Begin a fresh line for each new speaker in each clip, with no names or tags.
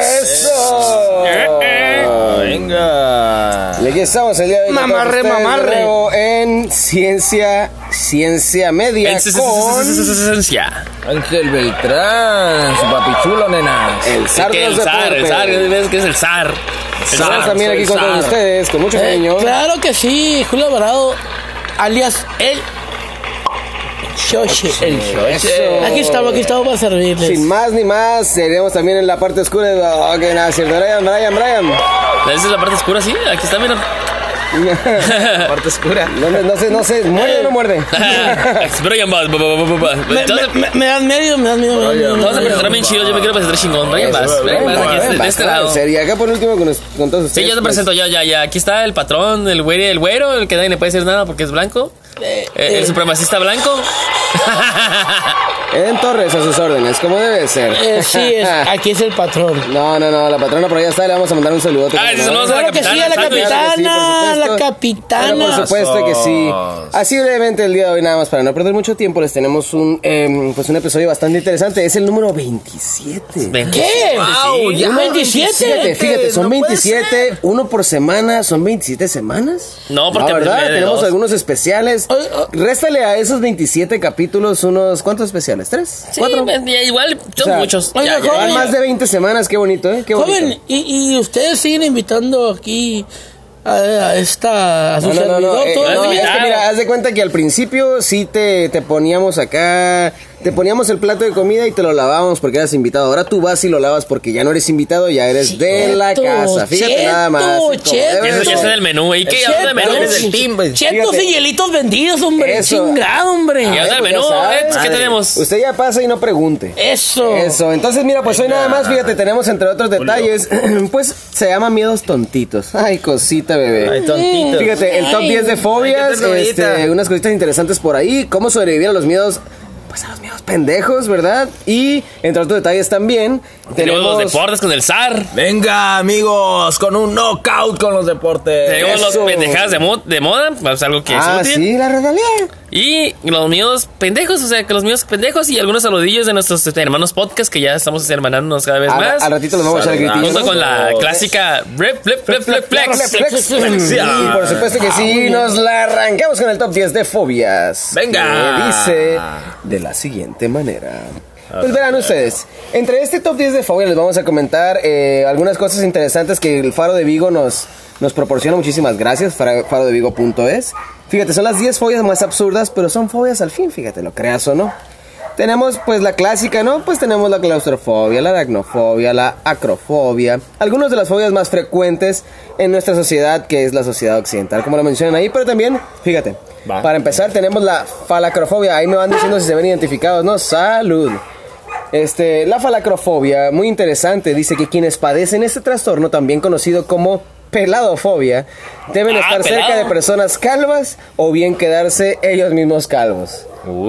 ¡Eso!
Venga.
Y aquí estamos el día de hoy. con
Mamarre,
ustedes de
mamarre.
nuevo En Ciencia, Ciencia Media con
Esencia.
Ángel Beltrán, su papichulo, nenas.
el Sardos
Que El
de
zar, el
Porpe.
zar, ¿ves que es el zar? El
Estamos
zar,
también
soy
aquí
el
con todos
zar.
ustedes, con mucho
Eh,
cariño.
claro que sí, Julio Alvarado, alias el Shoshi.
Eso.
Aquí estamos, aquí estamos para servirles.
Sin más ni más, tenemos también en la parte oscura de la... Ok, nada, es cierto. Brian, Brian, Brian.
Esa es la parte oscura, sí. Aquí está, mira.
parte oscura.
No, no, no sé, no sé, muerde o no muerde.
Espero ya más.
Me, me,
Todos
me- me dan miedo, me dan miedo. me dan miedo, me dan
se presentar
miedo.
bien chido. Yo me quiero presentar chingón. Brian Bass. Brian Bass, aquí
Brian
de- de
Bass,
este
claro,
lado.
en serio. Y acá por último con, nos- con todos
Sí,
ustedes.
yo te
pues,
presento, ya, ya, ya. Aquí está el patrón, el güero, el güero, el que nadie le puede decir nada porque es blanco.
Eh,
Eh, El supremacista blanco.
En Torres, a sus órdenes, como debe ser.
eh, sí, es- aquí es el patrón.
No, no, no, la patrona por allá está, le vamos a mandar un saludote.
Ah,
¿no?
sí, saludos.
Claro que
capitana,
sí, a la
claro que sí,
capitana, a
por supuesto. Pero por
la capitana.
supuesto que sí. Así brevemente el día de hoy, nada más para no perder mucho tiempo, les tenemos un, em, pues un episodio bastante interesante. Es el número 27.
¿Qué?
Wow, ya.
¿Un 27?
Fíjate, fíjate, son
No puede
27, uno por semana, son 27 semanas.
No, porque
La verdad,
me- me-
tenemos
dos.
algunos especiales.
Ay, ah. ay.
Réstale a esos 27 capítulos unos, ¿cuántos especiales? ¿Tres?
Sí,
¿Cuatro?
me- ya, igual son
sea,
muchos.
oiga,
Ya, ya,
joven.
Van más de 20 semanas, qué bonito, ¿eh? Qué bonito.
Joven, y, y ustedes siguen invitando aquí a, a esta a su
No, no, no,
servidor.
no, eh,
todo
no,
el
es
día.
que mira, haz de cuenta que al principio sí te, te poníamos acá, te poníamos el plato de comida y te lo lavábamos porque eras invitado. Ahora tú vas y lo lavas porque ya no eres invitado, ya eres de la
Cheto,
casa. Fíjate
cheto,
nada más. es como
cheto.
debe
ya
ser.
está- ya está en el menú, ¿y qué? Ya está en el menú.
Chetos,
es el team. pues?
Chetos
Fíjate.
y hielitos vendidos, hombre.
Eso.
Chingado, hombre.
Ya está en el menú.
sabe,
Eds, ¿Qué
madre.
tenemos?
Usted ya pasa y no pregunte.
Eso.
Eso, entonces mira, pues hoy nada más, fíjate, tenemos entre otros detalles, pues se llama miedos tontitos. Ay, cosita, bebé. Ay, tontitos. Fíjate, el top 10 de fobias, este, unas cositas interesantes por ahí, cómo sobrevivir a los miedos, pues a los miedos pendejos, ¿verdad? Y entre otros detalles también,
Tenemos los
tenemos...
deportes con el zar.
Venga, amigos, con un knockout con los deportes.
Tenemos las
Eso.
pendejadas de, mo- de moda, pues algo que
Ah,
es útil.
sí, la regalé.
Y los míos pendejos, o sea, que los míos pendejos y algunos saludillos de nuestros este, hermanos podcast que ya estamos hermanándonos cada vez
Al,
más. Ah,
al ratito los vamos a echar
Saludamos.
gritillos.
Junto
¿no?
con la clásica rip, flip, flip, flip, flex.
Flex. Y por supuesto que sí, nos la arrancamos con el top 10 de fobias.
Venga.
Que dice de la siguiente manera. Pues verán ustedes, entre este top 10 de fobias les vamos a comentar eh, algunas cosas interesantes que el Faro de Vigo nos, nos proporciona. Muchísimas gracias, faro- farodevigo.es. Fíjate, son las 10 fobias más absurdas, pero son fobias al fin, fíjate, lo creas o no. Tenemos pues la clásica, ¿no? Pues tenemos la claustrofobia, la aracnofobia, la acrofobia, algunas de las fobias más frecuentes en nuestra sociedad, que es la sociedad occidental, como lo mencionan ahí, pero también, fíjate,
Va.
para empezar tenemos la falacrofobia, ahí me van diciendo si se ven identificados, ¿no? Salud. Este, la falacrofobia, muy interesante, dice que quienes padecen este trastorno, también conocido como peladofobia, deben
Ah,
estar cerca
pelado.
de personas calvas o bien quedarse ellos mismos calvos.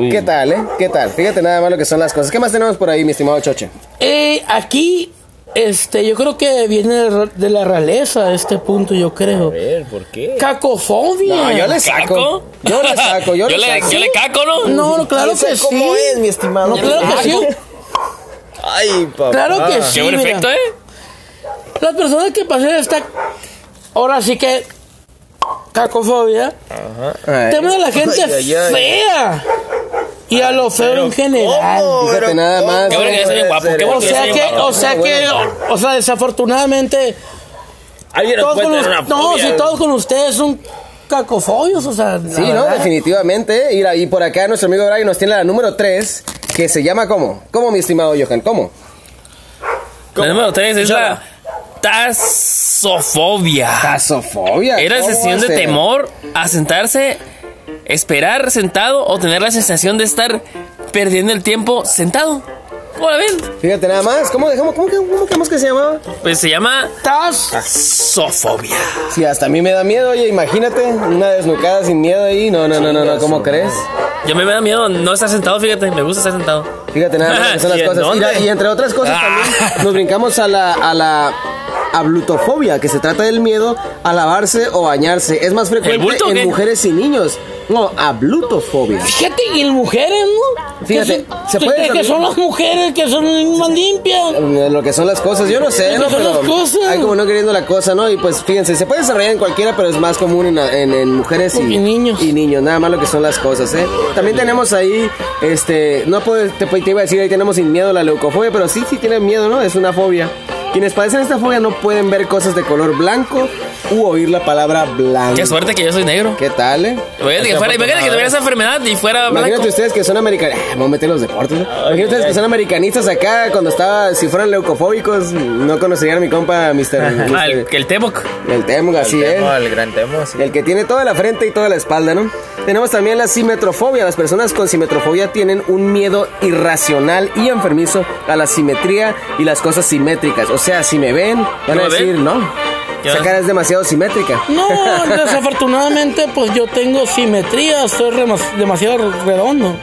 ¿Qué tal, eh? ¿Qué tal? Fíjate nada más lo que son las cosas. ¿Qué más tenemos por ahí, mi estimado Choche?
Eh, aquí, este, yo creo que viene de ra- de la realeza este punto, yo creo.
¿Por qué?
Cacofobia.
No, yo le saco. Yo le saco, yo le saco.
Yo le caco, ¿no?
No, claro que sí.
¿Cómo es, mi estimado?
No, claro que sí.
Ay, papá.
Claro que sí.
Qué buen
mira.
efecto, ¿eh?
Las personas que pasan esta. Ahora sí que. Cacofobia.
Ay,
Tema de la gente
Ay, ay, ay.
fea. Y a lo feo en general.
Fíjate nada más.
Qué bueno que ya está bien guapo. Qué bueno
O
que ya
sea
está
que,
bien guapo.
o sea que, o, o sea, desafortunadamente,
Alguien nos
todos
puede
con,
tener una
us- no,
fobia.
si todos con ustedes son cacofobios, o sea, la
Sí, ¿no?
verdad.
Definitivamente. Y, la- y por acá nuestro amigo Brian nos tiene la número 3, que se llama ¿cómo? ¿Cómo, mi estimado Johan? ¿Cómo?
La número 3 es la
Chala.
tasofobia.
Tasofobia.
Era la
¿cómo
sensación de
se-
temor a sentarse, esperar sentado o tener la sensación de estar perdiendo el tiempo sentado. ¿Cómo la ven?
Fíjate nada más. ¿Cómo dejamos? ¿Cómo, que- cómo quedamos que se llamaba?
Pues se llama
Estás.
Sofobia.
Si hasta a mí me da miedo, oye, imagínate. Una desnucada sin miedo ahí. No, no, no, no, no. ¿Cómo crees?
Yo me da miedo no estar sentado, fíjate, me gusta estar sentado.
Fíjate nada más que son las
¿Y en
cosas. Mira,
dónde? Ah.
y entre otras cosas también nos brincamos a la, a la ablutofobia, que se trata del miedo a lavarse o bañarse. Es más frecuente
bulto o
en
qué?
mujeres y niños. No, ablutofobia.
Fíjate, y en mujeres, ¿no?
Fíjate,
Que son-
se
¿tú
puede
crees que
salir-
son las mujeres que son más limpias?
Eh, Lo que son las cosas, yo no sé,
Lo
¿no?
que son
Pero
las cosas.
hay como no queriendo la cosa, ¿no? Y pues fíjense, se puede desarrollar en cualquiera, pero es más común en, en- en mujeres y,
Y niños.
Y niños, nada más lo que son las cosas, ¿eh? También tenemos ahí, este, no puedo, te, te iba a decir, ahí tenemos sin miedo la leucofobia, pero sí, sí tienen miedo, ¿no? Es una fobia. Quienes padecen esta fobia no pueden ver cosas de color blanco u oír la palabra blanco.
Qué suerte que yo soy negro.
¿Qué tal, eh?
Imagínate que, fuera, imagínate que tuviera esa enfermedad y fuera blanco.
Imagínate ustedes que son americanistas. Vamos a meter los deportes. ¿no? Imagínate ustedes que son americanistas acá. Cuando estaba, si fueran leucofóbicos, no conocerían a mi compa, Mr.
Ah,
Mr.
el, el Temoc.
El Temo, así es.
Temo, el gran Temo, sí.
El que tiene toda la frente y toda la espalda, ¿no? Tenemos también la simetrofobia. Las personas con simetrofobia tienen un miedo irracional y enfermizo a la simetría y las cosas simétricas. O sea, si me ven, van
¿No
a
me
decir,
ven?
no.
Ya.
Esa cara es demasiado simétrica.
No, desafortunadamente, pues yo tengo simetría, soy remas- demasiado redondo.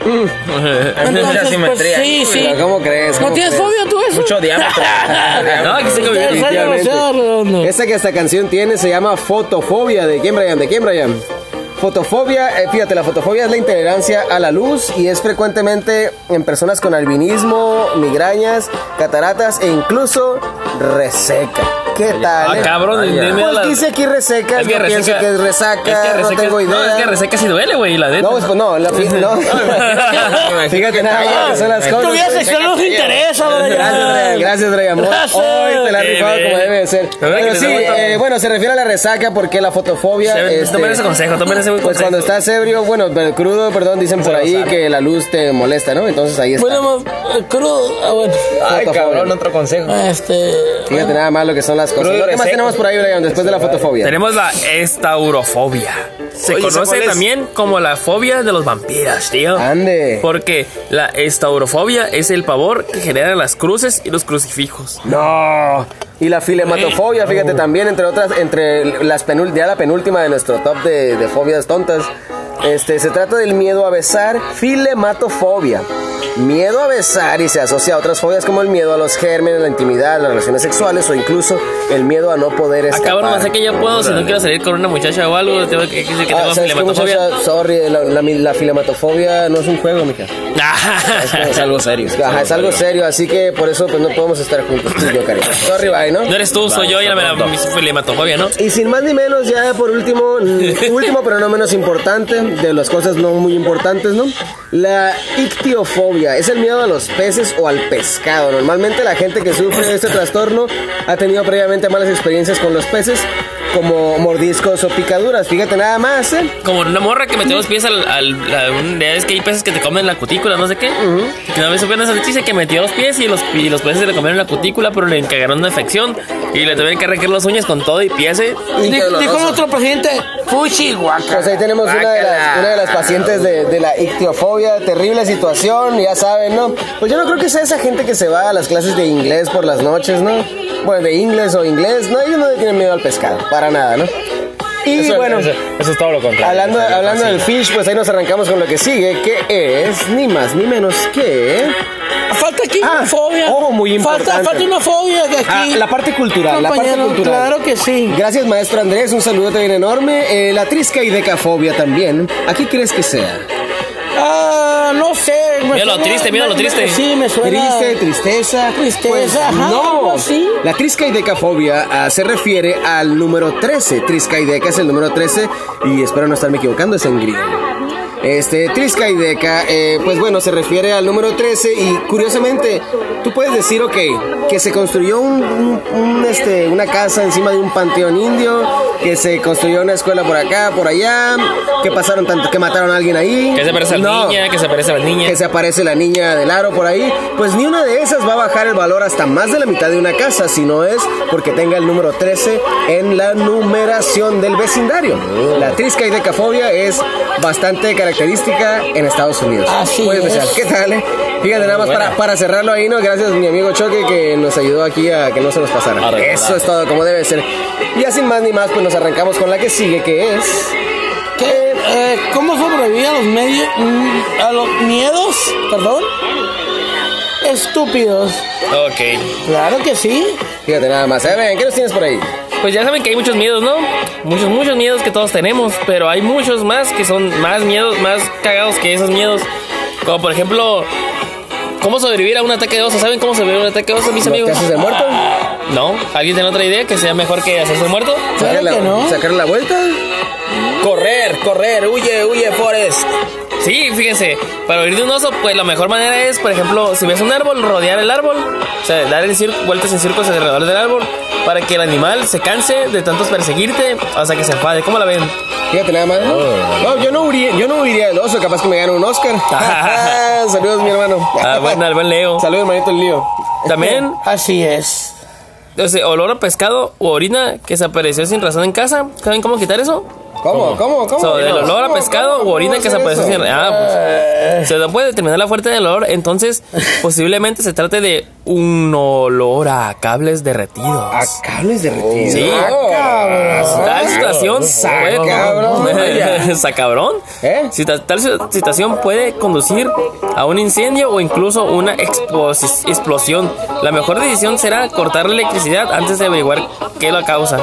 Hay mucha simetría.
Pues, sí, sí.
Pero, ¿Cómo crees?
¿No
¿Cómo
tienes
crees?
fobia tú eso?
Mucho diámetro.
Ah,
No, aquí se
Ustedes
convierte.
saben
Definitivamente.
demasiado redondo.
Esa que esta canción tiene se llama Fotofobia. ¿De quién, Brian? ¿De quién, Brian? Fotofobia, eh, fíjate, la fotofobia es la intolerancia a la luz y es frecuentemente en personas con albinismo, migrañas, cataratas e incluso reseca. ¿Qué tal?
Ah,
eh?
cabrón,
Pues
dime la-
dice aquí reseca, yo pienso que es resaca,
es que reseca-
no tengo idea.
No, es que reseca sí duele, güey, la neta.
No, pues pues, no, la, no. Fíjate nada más, que son las
Tu
cosas.
vida sexual nos interesa, Brian.
Gracias, Brian. Gracias, Brian.
Gracias.
Hoy te la has
Bien,
rifado
bien.
como debe de ser.
La verdad
Pero
que
sí,
les da vuelta.
eh, bueno, se refiere a la resaca porque la fotofobia.
Se-
este,
Tomen ese consejo, tomen ese buen
Pues
consejo.
cuando estás ebrio, bueno, pero crudo, perdón, dicen por ahí que la luz te molesta, ¿no? Entonces ahí está.
Bueno, más, crudo, ah, bueno,
Ay,
Fotofobia.
cabrón, otro consejo.
este...
Fíjate nada más lo que son las cosas.
Crudo y
¿Qué más
reseco.
tenemos por ahí, Brian, después de la fotofobia?
Tenemos la estaurofobia. Se
Oye, ¿esa
conoce
cuál es?
también como la fobia de los vampiros, tío.
Ande.
Porque la estaurofobia es el pavor que generan las cruces y los crucifijos.
No. Y la filematofobia, fíjate también, entre otras, entre las penul ya la penúltima de nuestro top de, de fobias tontas. Este, se trata del miedo a besar, filematofobia. Miedo a besar y se asocia a otras fobias como el miedo a los gérmenes, la intimidad, las relaciones sexuales o incluso el miedo a no poder
Ah,
escapar.
cabrón, no sé que yo puedo, si no quiero salir con una muchacha o algo, tengo que decir que
Ah,
tengo
¿sabes qué,
filematofobia.
muchacha? Sorry, la, la- la filematofobia no es un juego, mija.
Es algo serio.
Ajá, es algo serio, así que por eso pues no podemos estar juntos tú y yo, cariño. Sorry, bye, ¿no?
No eres tú, soy yo y la, la, mi filematofobia, ¿no?
Y sin más ni menos, ya por último, mm, último pero no menos importante, de las cosas no muy importantes, ¿no? La ictiofobia es el miedo a los peces o al pescado. Normalmente la gente que sufre de este trastorno ha tenido previamente malas experiencias con los peces, como mordiscos o picaduras. Fíjate nada más, ¿eh?
Como una morra que metió los pies al. al a un- ya ves que hay peces que te comen la cutícula, no sé qué. Que una vez supieron esa noticia que metió los pies y los, y los peces se le comieron la cutícula, pero le encargaron una infección. Y le tuvieron que arrancar las uñas con todo y pies. eh.
Y
Dijo
doloroso.
dijo nuestro presidente, fuchi guaca.
Pues ahí tenemos una de, las, una de las pacientes de, de la ictiofobia, terrible situación, ya saben, ¿no? Pues yo no creo que sea esa gente que se va a las clases de inglés por las noches, ¿no? Bueno, de inglés o inglés, no, ellos no le tienen miedo al pescado, para nada, ¿no? Y bueno,
eso, eso es todo lo contrario.
hablando,
Eso es
hablando
fácil.
del fish, pues ahí nos arrancamos con lo que sigue, que es ni más ni menos que...
Falta aquí
Ah,
una fobia.
oh, muy importante.
Falta, falta una fobia que aquí.
Ah, la parte cultural, la parte
Compañero,
cultural.
Claro que sí.
Gracias, maestro Andrés, un saludo también enorme. Eh, la trisca y decafobia también, ¿a qué crees que sea?
Ah, no sé. me
Mira lo
suena-
triste, mira lo
me- me-
triste.
Sí, me suena.
Triste, tristeza. pues,
Tristeza, ajá, algo
no.
así.
La triscaidecafobia ah, se refiere al número 13. Triscaideca es el número 13 y espero no estarme equivocando, es en griego. Este, triscaideca, eh, pues bueno, se refiere al número 13 y curiosamente tú puedes decir, ok, que se construyó un, un- un, este, una casa encima de un panteón indio, que se construyó una escuela por acá, por allá, que pasaron tanto, que mataron a alguien ahí.
Que se parece a la
No
niña, que se parece a la niña.
que se aparece la niña del aro por ahí, pues ni una de esas va a bajar el valor hasta más de la mitad de una casa, si no es porque tenga el número 13 en la numeración del vecindario. La trisca y decafobia es bastante característica en Estados Unidos.
Así
Muy
es.
especial. ¿Qué tal? eh? Fíjate, nada más
Buena.
para, para cerrarlo ahí, ¿no? Gracias a mi amigo Choque que nos ayudó aquí a que no se nos pasara.
A recordar.
Eso es todo, como debe ser. Y ya sin más ni más, pues nos arrancamos con la que sigue, que es.
¿Qué? Eh, ¿Cómo sobrevive a los medios, mm, a los miedos, perdón? Estúpidos.
Ok.
Claro que sí.
Fíjate nada más. A ver, ¿qué nos tienes por ahí?
Pues ya saben que hay muchos miedos, ¿no? Muchos, muchos miedos que todos tenemos, pero hay muchos más que son más miedos, más cagados que esos miedos. Como por ejemplo, ¿cómo sobrevivir a un ataque de oso? ¿Saben cómo sobrevivir a un ataque de oso,
¿Los
mis amigos?
que haces de muerto?
No, ¿alguien tiene otra idea que sea mejor que hacerse muerto?
¿Sacar la,
que no.
¿Sacar la vuelta?
Correr, correr, huye, huye, Forest.
Sí, fíjense, para huir de un oso, pues la mejor manera es, por ejemplo, si ves un árbol, rodear el árbol, o sea, dar el cir- vueltas en círculos alrededor del árbol, para que el animal se canse de tantos perseguirte hasta que se enfade. ¿Cómo la ven?
Fíjate nada más. ¿no?
Oh.
No, yo no huiría, yo no huiría del oso, capaz que me gane un Oscar. Saludos, mi hermano.
Ah, bueno, al buen Leo.
Saludos, hermanito el lío.
También
Así es.
O sea, olor a pescado o orina que se apareció sin razón en casa. ¿Saben cómo quitar eso?
¿Cómo? ¿Cómo? ¿Cómo?
So, el olor a
¿Cómo?
pescado
¿Cómo?
o orina
¿Cómo
que se
hacer
apareció
eso?
sin... Ah, pues... Se no puede determinar la fuerte del olor, entonces posiblemente se trate de un olor a cables derretidos.
A cables derretidos.
Sí. Ah,
Ah, cabrón.
Tal situación puede-
cabrón, vaya.
Sacabrón.
¿Eh?
Si ta- tal si- situación puede conducir a un incendio o incluso una explosi- explosión. La mejor decisión será cortar la electricidad antes de averiguar qué la causa.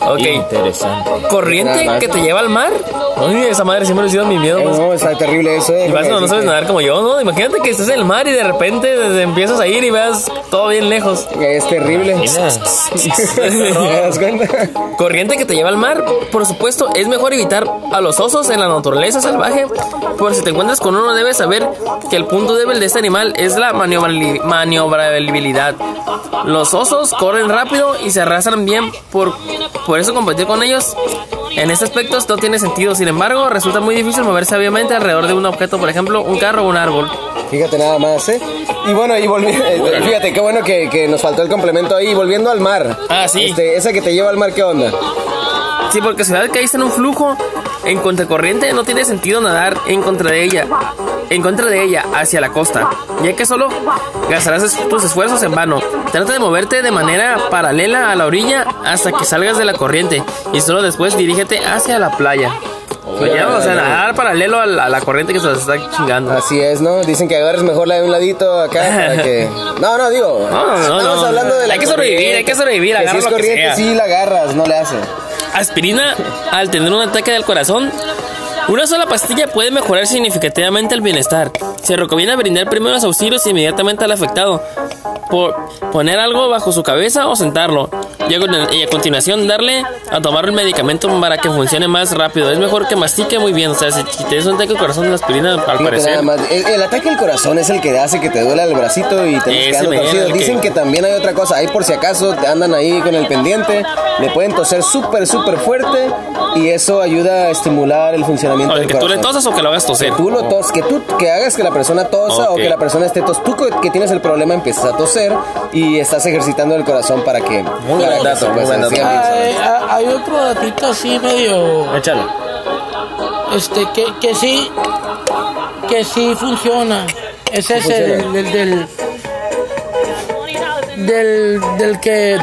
Ok.
Interesante.
Corriente
Nada más.
que te lleva al mar. Ay, esa madre siempre ha sido mi miedo.
Eh,
más.
No, está terrible eso. eh,
Y más
déjame
cuando no sabes
decirte.
nadar como yo, ¿no? Imagínate que estés en el mar y de repente te empiezas a ir y veas todo bien lejos.
Es terrible. ¿Te das cuenta?
Corriente que te lleva al mar, por supuesto, es mejor evitar a los osos en la naturaleza salvaje, por si te encuentras con uno debes saber que el punto débil de este animal es la maniobrali- maniobrabilidad. Los osos corren rápido y se arrastran bien, por, por eso competir con ellos en este aspecto no tiene sentido, sin embargo resulta muy difícil moverse obviamente alrededor de un objeto, por ejemplo un carro o un árbol.
Fíjate nada más, ¿eh? Y bueno, y volviendo. Fíjate, qué bueno que, que nos faltó el complemento ahí. Volviendo al mar.
Ah, sí.
Este, esa que te lleva al mar, ¿qué onda?
Sí, porque si que caíste en un flujo en contracorriente, no tiene sentido nadar en contra de ella, en contra de ella hacia la costa, ya que solo gastarás es- tus esfuerzos en vano. Trata de moverte de manera paralela a la orilla hasta que salgas de la corriente y solo después dirígete hacia la playa. Pues ya, o sea, nadar paralelo a la, a la corriente que se los está chingando.
Así es, ¿no? Dicen que agarres mejor la de un ladito acá para que... No, no, digo...
No, no,
estamos
no.
hablando de la
Hay que sobrevivir,
corriente.
hay que sobrevivir,
Que si
agarra
es
lo que
corriente,
sea.
sí la agarras, no le haces.
Aspirina, al tener un ataque del corazón, una sola pastilla puede mejorar significativamente el bienestar. Se recomienda brindar primeros auxilios inmediatamente al afectado, por poner algo bajo su cabeza o sentarlo, y a, con- y a continuación darle a tomar el medicamento para que funcione más rápido. Es mejor que mastique muy bien, o sea, si, si tienes un ataque del corazón, la aspirina, al
Fíjate
parecer.
nada más. El, el ataque al corazón es el que hace que te duela el bracito y te
Ese
estés quedando
me
torcido.
era el
Dicen
que-
que también hay otra cosa. Ahí por si acaso te andan ahí con el pendiente, le pueden toser súper, súper fuerte y eso ayuda a estimular el funcionamiento
O
del
que tú le
corazón.
tosas o que lo hagas toser.
Tú lo tos, que tú que hagas que la persona tosa o
Ok.
que la persona esté tos. Tú que, que tienes el problema empiezas a toser y estás ejercitando el corazón para que. Muy
buen dato, muy buen dato.
Hay, ha- hay otro datito así medio.
Échalo.
Este, que, que sí. Que sí funciona. Es ese
funciona.
Del, del, del. Del. del que.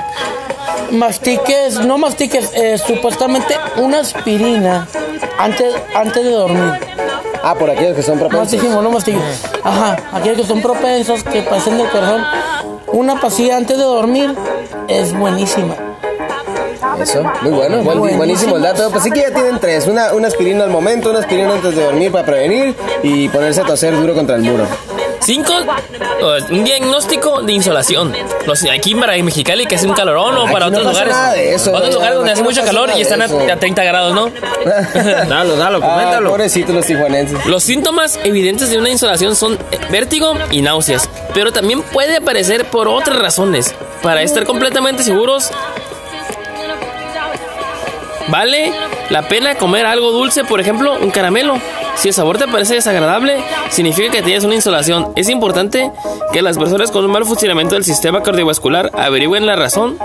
Mastiques, no mastiques, eh, supuestamente una aspirina antes, antes de dormir.
Ah, por aquellos que son
Más
propensos.
dijimos, no más dijimos. Ajá, aquellos que son propensos, que pasen del corazón. Una pasilla antes de dormir es buenísima.
Eso, muy bueno, buen-
Buenísimo.
buenísimo el dato. Pues sí que ya tienen tres, una, una aspirina al momento, una aspirina antes de dormir para prevenir y ponerse a toser duro contra el muro.
5. Un diagnóstico de insolación. No sé, aquí en Mara- en Mexicali que hace un calorón o
Aquí
para
no
otros
pasa
lugares.
nada de eso,
otros
¿verdad?
lugares donde
Aquí
hace
no
mucho
pasa
calor
nada
y
de
están a,
eso.
a 30 grados, ¿no?
Dalo, dalo,
Ah,
coméntalo.
pobrecitos los tijuanenses.
Los síntomas evidentes de una insolación son eh, vértigo y náuseas, pero también puede aparecer por otras razones. Para estar completamente seguros, vale la pena comer algo dulce, por ejemplo, un caramelo. Si el sabor te parece desagradable, significa que tienes una insolación. Es importante que las personas con un mal funcionamiento del sistema cardiovascular averigüen la razón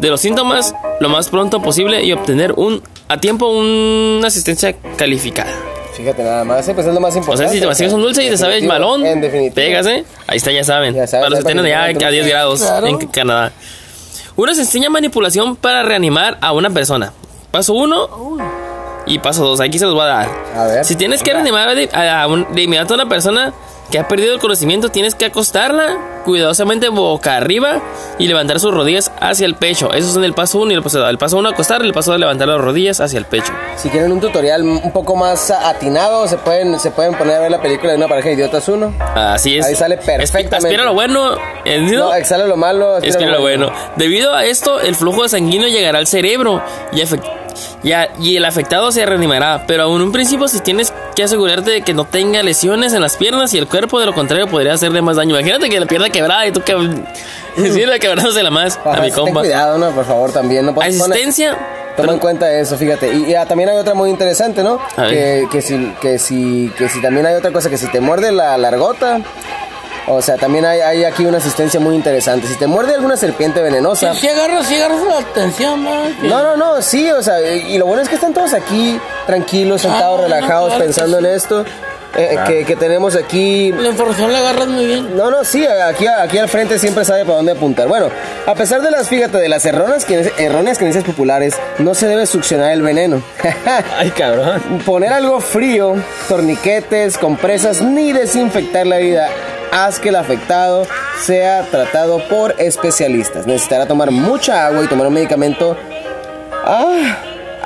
de los síntomas lo más pronto posible y obtener un a tiempo una asistencia calificada.
Fíjate nada más, ¿eh? pues es lo más
O
importante.
sea, si te vacías un dulce y te sabes
Definitivo,
malón,
En definitiva.
pegas, ¿eh? Ahí está, ya saben.
Ya saben,
para los que
saben
tienen allá
para que
a 10 grados
Claro.
en Canadá. Una sencilla manipulación para reanimar a una persona. Paso uno y paso dos. Aquí se los voy a dar.
A ver.
si tienes que reanimar de, a un- de inmediato a una persona que ha perdido el conocimiento, tienes que acostarla cuidadosamente boca arriba y levantar sus rodillas hacia el pecho. Eso es en el paso uno y el paso dos. El paso uno acostar, el paso dos levantar las rodillas hacia el pecho.
Si quieren un tutorial un poco más atinado, se pueden, se pueden poner a ver la película de una pareja de idiotas uno.
Así es.
Ahí sale
Aspi-
perfectamente.
Aspira lo bueno. ¿entendido?
No, exhala lo malo. aspira
Es que era bueno. Debido a esto, el flujo sanguíneo llegará al cerebro y, afec- y a- y el afectado se reanimará. Pero aún en un principio, si tienes que asegurarte de que no tenga lesiones en las piernas y el cuerpo, de lo contrario, podría hacerle más daño. Imagínate que la pierna quebrada y tú que. Sí, la quebrándosela más
Ajá,
a mi
sí, ten
compa. este.
cuidado, ¿no? Por favor, también. No puedes-
Asistencia.
Toma en cuenta eso, fíjate. Y, y, ah, también hay otra muy interesante, ¿no?
A ver.
Que, que, si, que, si, que si también hay otra cosa, que si te muerde la largota. O sea, también hay, hay aquí una asistencia muy interesante. Si te muerde alguna serpiente venenosa.
Si agarras, si agarras la atención, man. que-
No, no, no, sí, o sea, y lo bueno es que están todos aquí, tranquilos, sentados,
Ah, no,
relajados,
claro que
pensando en esto. eh, que, que tenemos aquí
La información la agarras muy bien.
no, no, sí, aquí, aquí al frente siempre sabe para dónde apuntar. Bueno, a pesar de las, fíjate, de las erróneas, cre- erróneas creencias populares, no se debe succionar el veneno.
Ay, cabrón.
Poner algo frío, torniquetes, compresas, ni desinfectar la herida. Haz que el afectado sea tratado por especialistas. Necesitará tomar mucha agua y tomar un medicamento ah,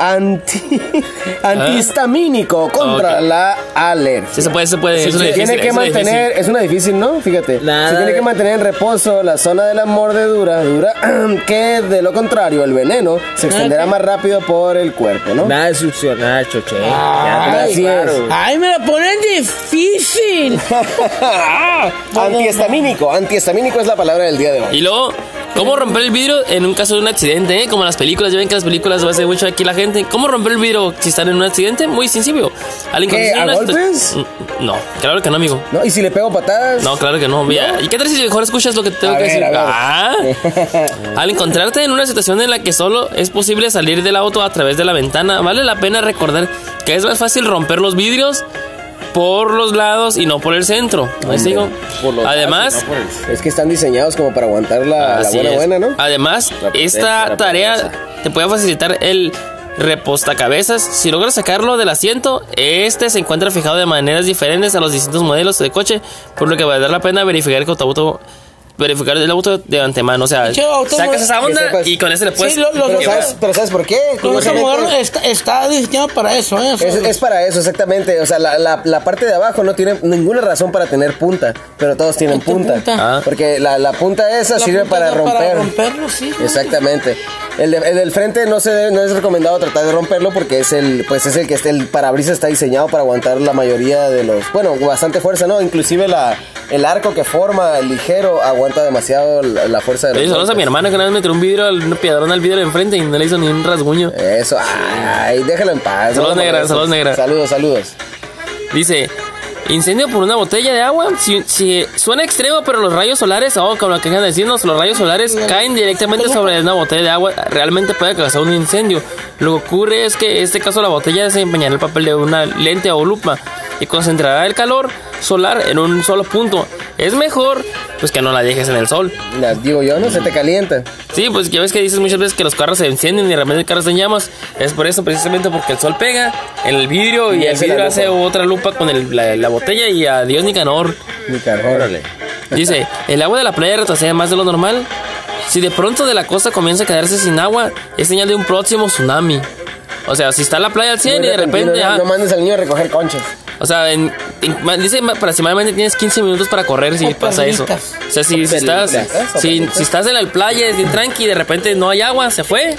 anti, antihistamínico contra
Ok.
la alergia.
Sí, se puede, se puede.
Sí,
es una
sí,
difícil,
Tiene que
es una difícil.
mantener, es una difícil, ¿no? Fíjate.
Nada
se tiene
de-
que mantener en reposo la zona de la mordedura, dura, que de lo contrario, el veneno se
Ah,
extenderá más rápido por el cuerpo, ¿no?
Nada de succionar, choche.
Ah,
Ya te
así
la-
es.
claro.
Ay, me la ponen difícil.
antihistamínico, antihistamínico es la palabra del día de hoy.
Y luego, ¿cómo romper el vidrio en un caso de un accidente? eh? Como en las películas, ya ven que las películas lo hace mucho aquí la gente. ¿Cómo romper el vidrio si están en un accidente? Muy sencillo. Alguien
¿Qué,
está en
a
una situ-
golpes?
Mm, No, claro que no, amigo.
¿No? Y si le pego patadas,
No, claro que no. Mira, ¿y qué tal si mejor escuchas lo que te tengo
A
que
ver,
decir?
a ver.
Ah. Al encontrarte en una situación en la que solo es posible salir del auto a través de la ventana, vale la pena recordar que es más fácil romper los vidrios por los lados y no por el centro. ¿Me sigo?
por los
Además,
es que están diseñados como para aguantar Ah, la, la
Así
buena
es. Ah,
buena, ¿no?
Además,
potencia,
esta
la
tarea
potencia.
te puede facilitar el repostacabezas. Si logras sacarlo del asiento, este se encuentra fijado de maneras diferentes a los distintos modelos de coche, por lo que valdrá la pena verificar que tu auto verificar el auto de antemano, o sea,
Pinche auto,
sacas
no-
esa onda
que sepas.
y con ese le puedes
Sí, lo- lo-
pero,
que-
¿sabes, pero ¿sabes por qué?
Con ese
Curiosamente-
modelo está, está diseñado para eso, ¿eh? O sea,
pues- Es, es para eso, exactamente. O sea, la, la- la parte de abajo no tiene ninguna razón para tener punta, pero todos tienen
Tiene
punta.
punta.
Ah.
Porque la, la punta esa
la
sirve
punta
para
da
romper.
Para romperlo, sí.
Exactamente. El, de- el del frente no se debe- no es recomendado tratar de romperlo porque es el pues es el que está el parabrisas está diseñado para aguantar la mayoría de los bueno bastante fuerza no inclusive la el arco que forma el ligero aguanta demasiado la, la fuerza de los
Le hizo saludos a mi
golpes.
hermano que una vez me tiró un vidrio, al- un piedrón al vidrio de enfrente y no le hizo ni un rasguño.
eso ay déjalo en paz
Saludos,
no lo
negra,
molestes.
saludos, negra.
saludos saludos
Dice, incendio por una botella de agua. Si, si- suena extremo, pero los rayos solares, o como lo que quieran decirnos, los rayos solares caen directamente sobre una botella de agua. Realmente puede causar un incendio. Lo que ocurre es que en este caso la botella desempeñará el papel de una lente o lupa y concentrará el calor solar en un solo punto. Es mejor pues que no la dejes en el sol.
Las digo yo no se te calienta
Sí, pues ya ves que dices muchas veces que los carros se encienden y realmente el carro está en llamas. Es por eso precisamente porque el sol pega en el vidrio y,
Y
el
hace la
vidrio
lupa.
hace otra lupa con el- la, la botella y adiós Nicanor.
mi carbón.
Dice, el agua de la playa retrocede más de lo normal. Si de pronto de la costa comienza a quedarse sin agua, es señal de un próximo tsunami. O sea, si está la playa al 100 y de repente...
No,
ah,
no mandes al niño a recoger conchas.
o sea, en- en- ma- dice ma- aproximadamente tienes 15 minutos para correr si
Oh,
O
pasa eso.
perlitas.
O sea, si, si estás,
perlitas, o
si,
perlitas.
si estás en la playa, si tranqui, y de repente no hay agua, se fue.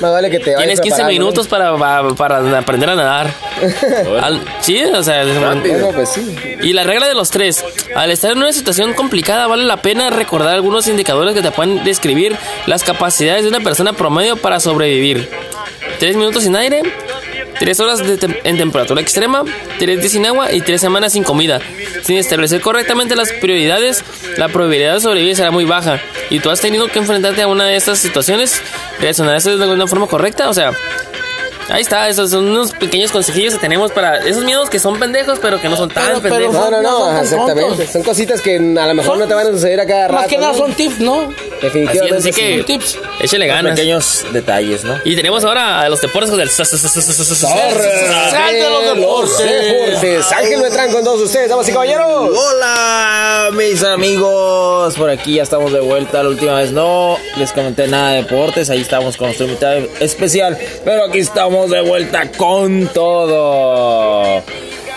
Más vale que te vayas
Tienes 15
preparando, ¿no?
minutos para, para- para aprender a nadar. Al- sí, o sea,
Bueno, pues sí.
y la regla de los tres. Al estar en una situación complicada, vale la pena recordar algunos indicadores que te pueden describir las capacidades de una persona promedio para sobrevivir. Tres minutos sin aire, tres horas de tem- en temperatura extrema, tres días sin agua y tres semanas sin comida. Sin establecer correctamente las prioridades, la probabilidad de sobrevivir será muy baja. Y tú has tenido que enfrentarte a una de estas situaciones, reaccionarás de alguna forma correcta, o sea, Ahí está, esos son unos pequeños consejillos que tenemos para esos miedos que son pendejos, pero que no son tan
Pero- pero-
pendejos.
No, no,
No
no,
son tan
exactamente.
tontos.
Son cositas que a lo mejor
Son-
no te van a suceder a cada rato.
Más que nada
¿no?
son tips, ¿no?
Así es,
Definitivamente.
así
sí.
que
tips.
échele ganas.
Pequeños detalles, ¿no?
Y tenemos ahora a los deportes con el... sa- sa- sa- sa- sa- sa- sa-
Corre,
Sal de los deportes.
deportes. Ángel Beltrán con todos ustedes, damas y caballeros.
Hola, mis amigos. Por aquí ya estamos de vuelta. La última vez no les comenté nada de deportes. Ahí estamos con nuestro invitado especial. Pero aquí estamos de vuelta con todo.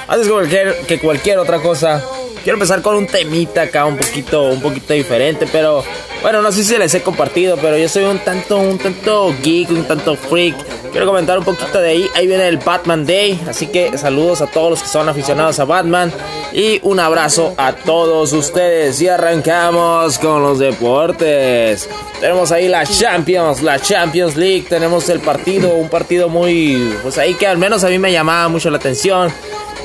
Antes que cualquier, que cualquier otra cosa, quiero empezar con un temita acá un poquito, un poquito diferente. Pero bueno, no sé si les he compartido, pero yo soy un tanto, un tanto geek, un tanto freak. Quiero comentar un poquito de ahí. Ahí viene el Batman Day. Así que saludos a todos los que son aficionados a Batman. Y un abrazo a todos ustedes. Y arrancamos con los deportes. Tenemos ahí la Champions, la Champions League. Tenemos el partido, un partido muy. Pues ahí que al menos a mí me llamaba mucho la atención.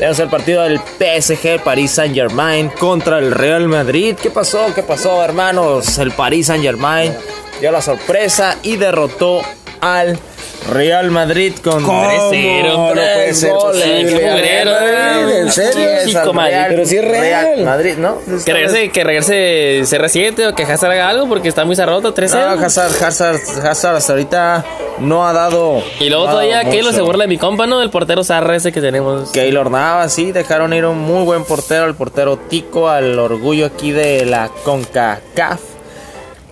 Tenemos el partido del PSG, Paris Saint Germain, contra el Real Madrid. ¿Qué pasó? ¿Qué pasó, hermanos? El Paris Saint Germain dio la sorpresa y derrotó al Real Madrid con
3-0.
No puede ser
eh, Qué
posible.
mugrero,
Ay, ¿En serio?
Sí,
Esa-
comadre,
Pero sí es
Real
real.
Madrid, ¿no?
Que regrese, que regrese CR7 o que Hazard haga algo porque está muy cerrado, 3-0.
No, Hazard, Hazard, Hazard hasta ahorita no ha dado.
y luego
no ha
todavía
dado
Keylor
mucho.
se burla de mi compa, ¿no? El portero Sarra ese que tenemos.
Keylor Navas, sí, dejaron ir un muy buen portero, el portero Tico, al orgullo aquí de la CONCACAF.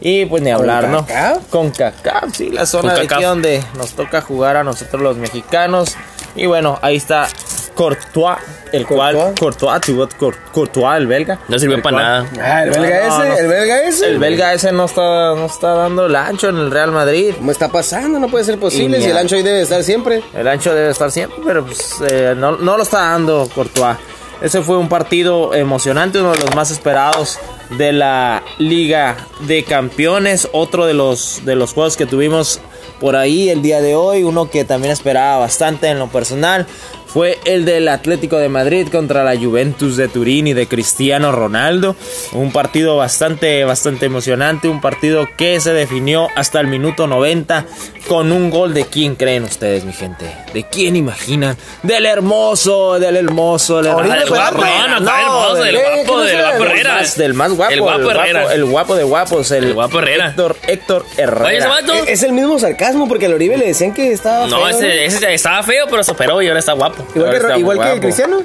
Y pues ni hablar, ¿no?
¿CONCACAF?
CONCACAF, sí, la zona de
CONCACAF.
aquí donde nos toca jugar a nosotros los mexicanos. Y bueno, ahí está Courtois, el cual Courtois, Thibaut Cour- Courtois, el belga.
No sirvió
El
para
cual-
nada.
Ah, el belga
No, no, no.
ese, el belga ese.
El belga ese no está, no está dando el ancho en el Real Madrid.
¿Cómo está pasando? No puede ser posible.
Y
Si el
mira.
ancho ahí debe estar siempre.
El ancho debe estar siempre, pero pues, eh, no, no lo está dando Courtois. Ese fue un partido emocionante, uno de los más esperados de la Liga de Campeones. Otro de los, de los juegos que tuvimos por ahí el día de hoy, uno que también esperaba bastante en lo personal, fue el del Atlético de Madrid contra la Juventus de Turín y de Cristiano Ronaldo. Un partido bastante, bastante emocionante, un partido que se definió hasta el minuto 90 con un gol de quién creen ustedes, mi gente. ¿De quién imaginan? Del hermoso, del hermoso, del
Ah,
hermoso.
del guapo, no, no, hermoso, del
eh,
guapo,
¿quién
del
es el
guapo Herrera.
más- del más guapo,
El guapo Herrera.
el guapo de guapos, el,
El guapo Herrera.
Héctor, Héctor Herrera.
Oye, ese vato.
Es es el mismo sarcasmo porque al Oribe le decían que E-, estaba.
No,
feo,
ese, ese ya estaba feo, pero se operó y ahora está guapo.
Igual que,
Ahora está
igual que el
guapo.
Cristiano.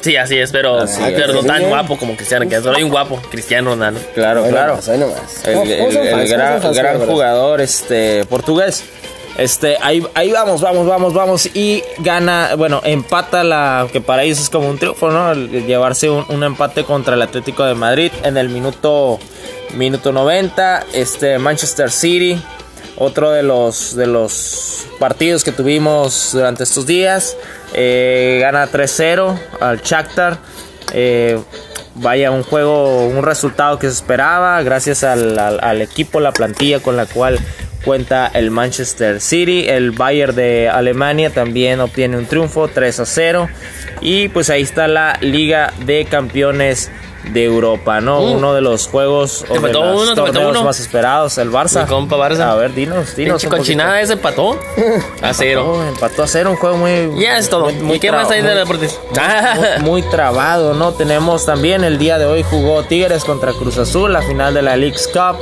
Sí, así es, pero, pero
es,
no
sí,
tan
eh.
guapo como Cristiano, que solo hay un guapo, Cristiano Ronaldo.
Claro,
Bueno,
claro.
nomás, ahí nomás.
El,
¿Cómo- cómo
el-
son
el
fans? ¿Cómo
gran,
son fans,
gran
la verdad?
jugador este, portugués. Este, ahí, ahí vamos, vamos, vamos, vamos. Y gana, bueno, empata la. Que para ellos es como un triunfo, ¿no? El- el llevarse un, un empate contra el Atlético de Madrid en el minuto, minuto 90. Este, Manchester City. Otro de los, de los partidos que tuvimos durante estos días. Eh, gana 3-0 al Shakhtar. Eh, vaya, un juego, un resultado que se esperaba, gracias al, al- al equipo, la plantilla con la cual cuenta el Manchester City. El Bayern de Alemania también obtiene un triunfo, 3 a 0. Y pues ahí está la Liga de Campeones de Europa, ¿no? Uno de los juegos o de
faltó
los
uno, Mm. te faltó
torneos
uno.
más esperados, el Barça.
Mi compa Barça.
A ver, dinos, dinos.
Pinche
un poquito.
cochinada ese empató a cero.
Oh, empató a cero, un juego muy...
Ya es todo.
muy- muy
¿Y qué
tra-
más hay de
muy-
deportes?
muy, muy trabado, ¿no? Tenemos también el día de hoy jugó Tigres contra Cruz Azul, la final de la Leagues Cup,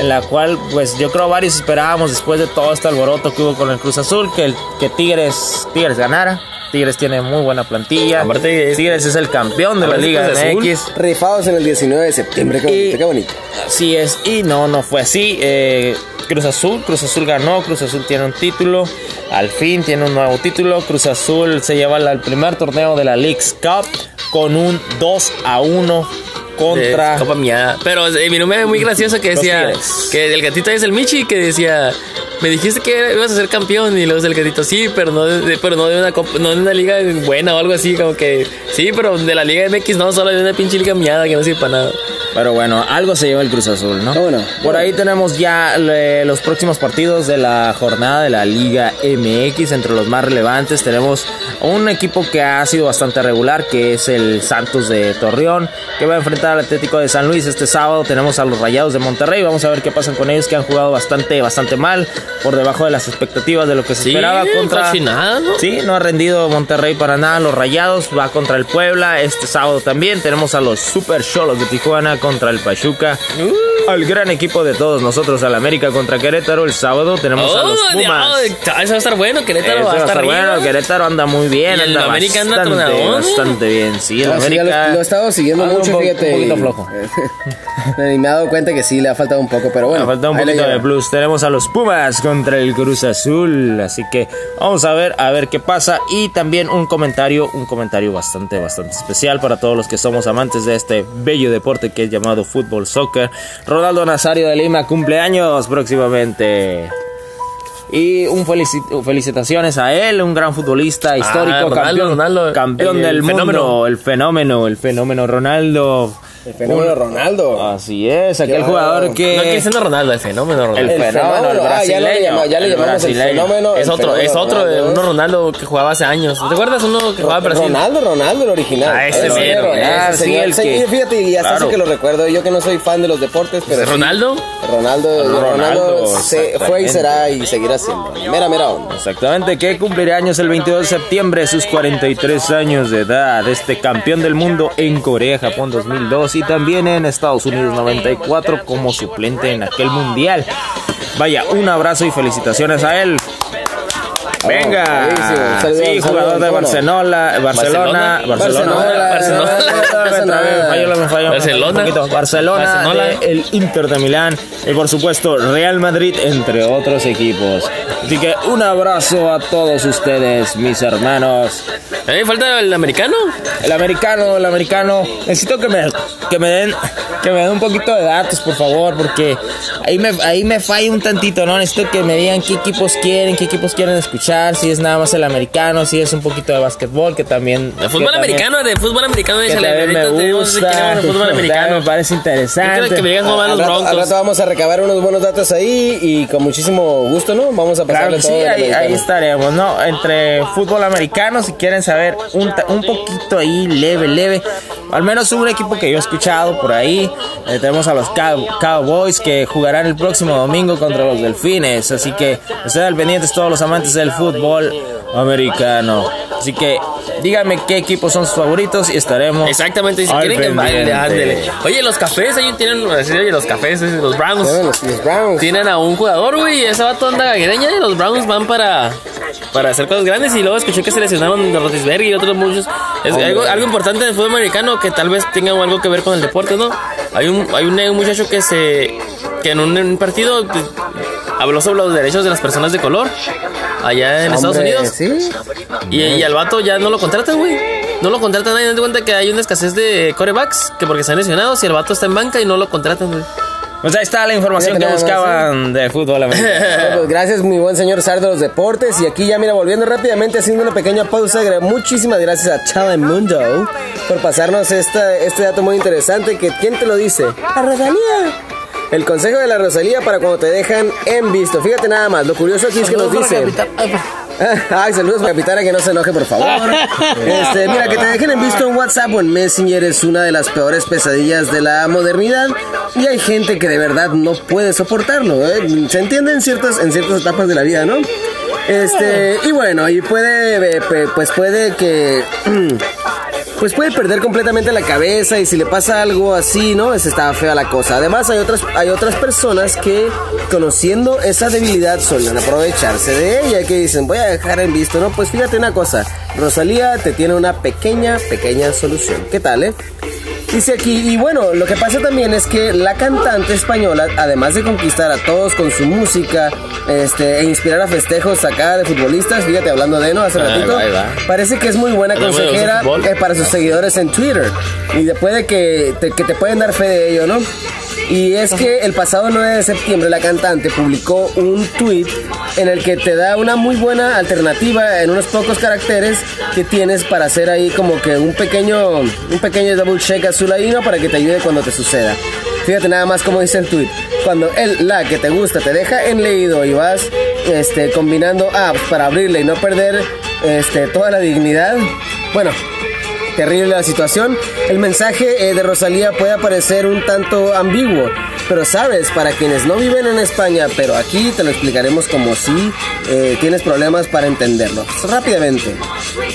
en la cual, pues yo creo varios esperábamos después de todo este alboroto que hubo con el Cruz Azul, que, el, que Tigres, Tigres ganara. Tigres tiene muy buena plantilla.
Aparte,
Tigres es el campeón de la
aparte
Liga
Cruz Azul.
MX.
Rifados en el 19 de septiembre. Qué bonito,
Y-
qué bonito.
Así es, y no, no fue así. eh, Cruz Azul, Cruz Azul ganó, Cruz Azul tiene un título, al fin tiene un nuevo título. Cruz Azul se lleva al primer torneo de la Leagues Cup con un 2 a 1 contra.
Eh, Copa miada. Pero eh, mi nombre es muy gracioso que
Los
decía
Tigres.
que el gatito es el Michi que decía me dijiste que ibas a ser campeón y luego el gatito sí, pero no de, pero no de una cop- no de una liga buena o algo así como que sí, pero de la liga MX no solo de una pinche liga miada que no sirve para nada.
Pero bueno, algo se lleva el Cruz Azul, ¿no?
Ah, bueno.
Por ahí tenemos ya eh, los próximos partidos de la jornada de la Liga MX. Entre los más relevantes tenemos un equipo que ha sido bastante regular, que es el Santos de Torreón, que va a enfrentar al Atlético de San Luis este sábado. Tenemos a los Rayados de Monterrey. Vamos a ver qué pasan con ellos, que han jugado bastante, bastante mal, por debajo de las expectativas de lo que se
Sí,
esperaba contra.
casi nada, ¿no?
Sí, no ha rendido Monterrey para nada. Los Rayados va contra el Puebla. Este sábado también tenemos a los Super Cholos de Tijuana contra el Pachuca.
Uh.
Al gran equipo de todos nosotros, al América contra Querétaro. El sábado tenemos a
Oh,
los Pumas.
diablo, eso Ah, va a estar bueno, Querétaro
Eso
va a estar
bueno,
arriba.
Querétaro anda muy bien.
Y el
anda
América anda
bastante,
tronadón.
bastante bien. Sí, el
No, Ah, sí, ya
América.
lo, lo he estado siguiendo
anda un
mucho,
po-
fíjate. eh,
Un poquito
y-
flojo.
y me he dado cuenta que sí, le ha faltado un poco, pero bueno.
Me falta un
ahí la
poquito de
lleva.
plus. Tenemos a los Pumas contra el Cruz Azul. Así que vamos a ver, a ver qué pasa. Y también un comentario, un comentario bastante, bastante especial para todos los que somos amantes de este bello deporte que es llamado fútbol soccer. Ronaldo Nazario de Lima cumpleaños próximamente. Y un felici- felicitaciones a él, un gran futbolista histórico,
Ronaldo,
campeón,
Ronaldo,
campeón
el
del mundo,
fenómeno.
el fenómeno, el fenómeno Ronaldo.
El fenómeno Ronaldo.
Así es, aquel
Qué
jugador
bárbaro.
que
No, Cristiano Ronaldo, el fenómeno Ronaldo.
el fenómeno, el
Ah, ya, le
brasileño,
llama- ya le
el
llamamos el
brasileño.
fenómeno.
es
el
otro,
fenómeno
es otro, de
Ronaldo.
uno Ronaldo que jugaba hace años. ¿Te acuerdas uno que jugaba en Brasil?
Ronaldo, Ronaldo, el original.
Ah, ese
El
mero,
original,
ese,
señor.
sí, el
Sí,
que-
Fíjate, y hasta
Claro.
eso que lo recuerdo. Yo que no soy fan de los deportes, pero. sí,
¿Ronaldo?
Ronaldo, Ronaldo,
Ronaldo,
se fue y será y seguirá siendo. Mera, mera onda.
Exactamente, que cumplirá años el 22 de septiembre, sus 43 años de edad, este campeón del mundo en Corea, Japón 2002 y también en Estados Unidos 94 como suplente en aquel mundial. Vaya, un abrazo y felicitaciones a él. Venga,
Oh, buenísimo. Saludos,
sí, jugador
saludos,
de
bueno.
Barcelona, Barcelona,
Barcelona.
Barcelona,
Barcelona.
Otra vez, falló la- falló la-
Barcelona.
un poquito. Barcelona,
Barcelona.
de el Inter de Milán y por supuesto Real Madrid entre otros equipos. Así que un abrazo a todos ustedes, mis hermanos.
A mí me Eh, falta el americano.
El americano, el americano, necesito que me, que me den que me den un poquito de datos, por favor, porque ahí me ahí me falla un tantito, no necesito que me digan qué equipos quieren, qué equipos quieren escuchar, si es nada más el americano, si es un poquito de básquetbol, que también
De
que
fútbol
también-
americano, de fútbol americano,
que
échale.
también me
ahorita tenemos-
gusta,
queremos el fútbol
me
americano.
parece
Yo creo
interesante.
que me digan cómo van
Al
los
rato, al rato
broncos.
vamos a recabar unos buenos datos ahí y con muchísimo gusto, ¿no? Vamos a
Claro
pasarle
que sí,
todo el
ahí, ahí
americano.
estaremos, ¿no? Entre fútbol americano, si quieren saber un, ta- un poquito ahí, leve, leve. Al menos un equipo que yo he escuchado por ahí. Eh, tenemos a los Cow- Cowboys que jugarán el próximo domingo contra los Delfines. Así que estén al pendientes todos los amantes del fútbol americano. Así que díganme qué equipos son sus favoritos y estaremos.
Exactamente, si
al
quieren que
pendiente.
baile, ándele. Oye, los cafés, ahí tienen, sí, oye, los cafés, sí, los Browns.
Bueno, los, los Browns.
Tienen a un jugador, güey, esa vato anda gaguereña y los Browns van para, para hacer cosas grandes y luego escuché que se lesionaron de Rotisberg y otros muchos. Es algo, algo importante del fútbol americano que tal vez tenga algo que ver con el deporte, ¿no? Hay un, hay un, un muchacho que se que en un, en un partido pues, habló sobre los derechos de las personas de color allá en Estados
Hombre,
Unidos.
Sí.
Y, y al vato ya no lo contratan, güey. No lo contratan nadie. Date cuenta que hay una escasez de corebacks que porque están lesionados y el vato está en banca y no lo contratan, güey.
Pues ahí está la información que
Fíjate nada más,
buscaban de fútbol americano.
Bueno, pues gracias, mi buen señor Sar de los Deportes. Y aquí ya, mira, volviendo rápidamente, haciendo una pequeña pausa. gra- Muchísimas gracias a Chava Mundo por pasarnos esta, este dato muy interesante. Que, ¿Quién te lo dice? La Rosalía. El consejo de la Rosalía para cuando te dejan en visto. Fíjate nada más, lo curioso aquí es que nos
Saludos para
dice...
Capitán- Ay, pues,
Ay, saludos para Pitara, que no se enoje, por favor. Este, mira, que te dejen en visto en WhatsApp o en Messenger es una de las peores pesadillas de la modernidad. Y hay gente que de verdad no puede soportarlo. ¿eh? Se entiende en ciertas, en ciertas etapas de la vida, ¿no? Este, y bueno, y puede, eh, pe- pues puede que. Pues puede perder completamente la cabeza y si le pasa algo así, ¿no? Es está fea la cosa. Además hay otras hay otras personas que conociendo esa debilidad suelen aprovecharse de ella que dicen, "Voy a dejar en visto", ¿no? Pues fíjate una cosa, Rosalía te tiene una pequeña pequeña solución. ¿Qué tal, eh? Dice aquí, y bueno, lo que pasa también es que la cantante española, además de conquistar a todos con su música este, e inspirar a festejos acá de futbolistas, fíjate hablando de no hace ratito,
va, ahí va.
parece que es muy buena
Pero bueno,
consejera
¿es fútbol?
eh, para sus seguidores en Twitter. Y después de que te, que te pueden dar fe de ello, ¿no? Y es que el pasado 9 de septiembre la cantante publicó un tweet en el que te da una muy buena alternativa en unos pocos caracteres que tienes para hacer ahí como que un pequeño, un pequeño double check azul ahí, ¿no? para que te ayude cuando te suceda. Fíjate nada más como dice el tweet. Cuando el la que te gusta te deja en leído y vas este, combinando apps para abrirle y no perder este, toda la dignidad. Bueno, Terrible la situación. El mensaje eh, de Rosalía puede parecer un tanto ambiguo, pero sabes, para quienes no viven en España, pero aquí te lo explicaremos como si eh, tienes problemas para entenderlo. Rápidamente.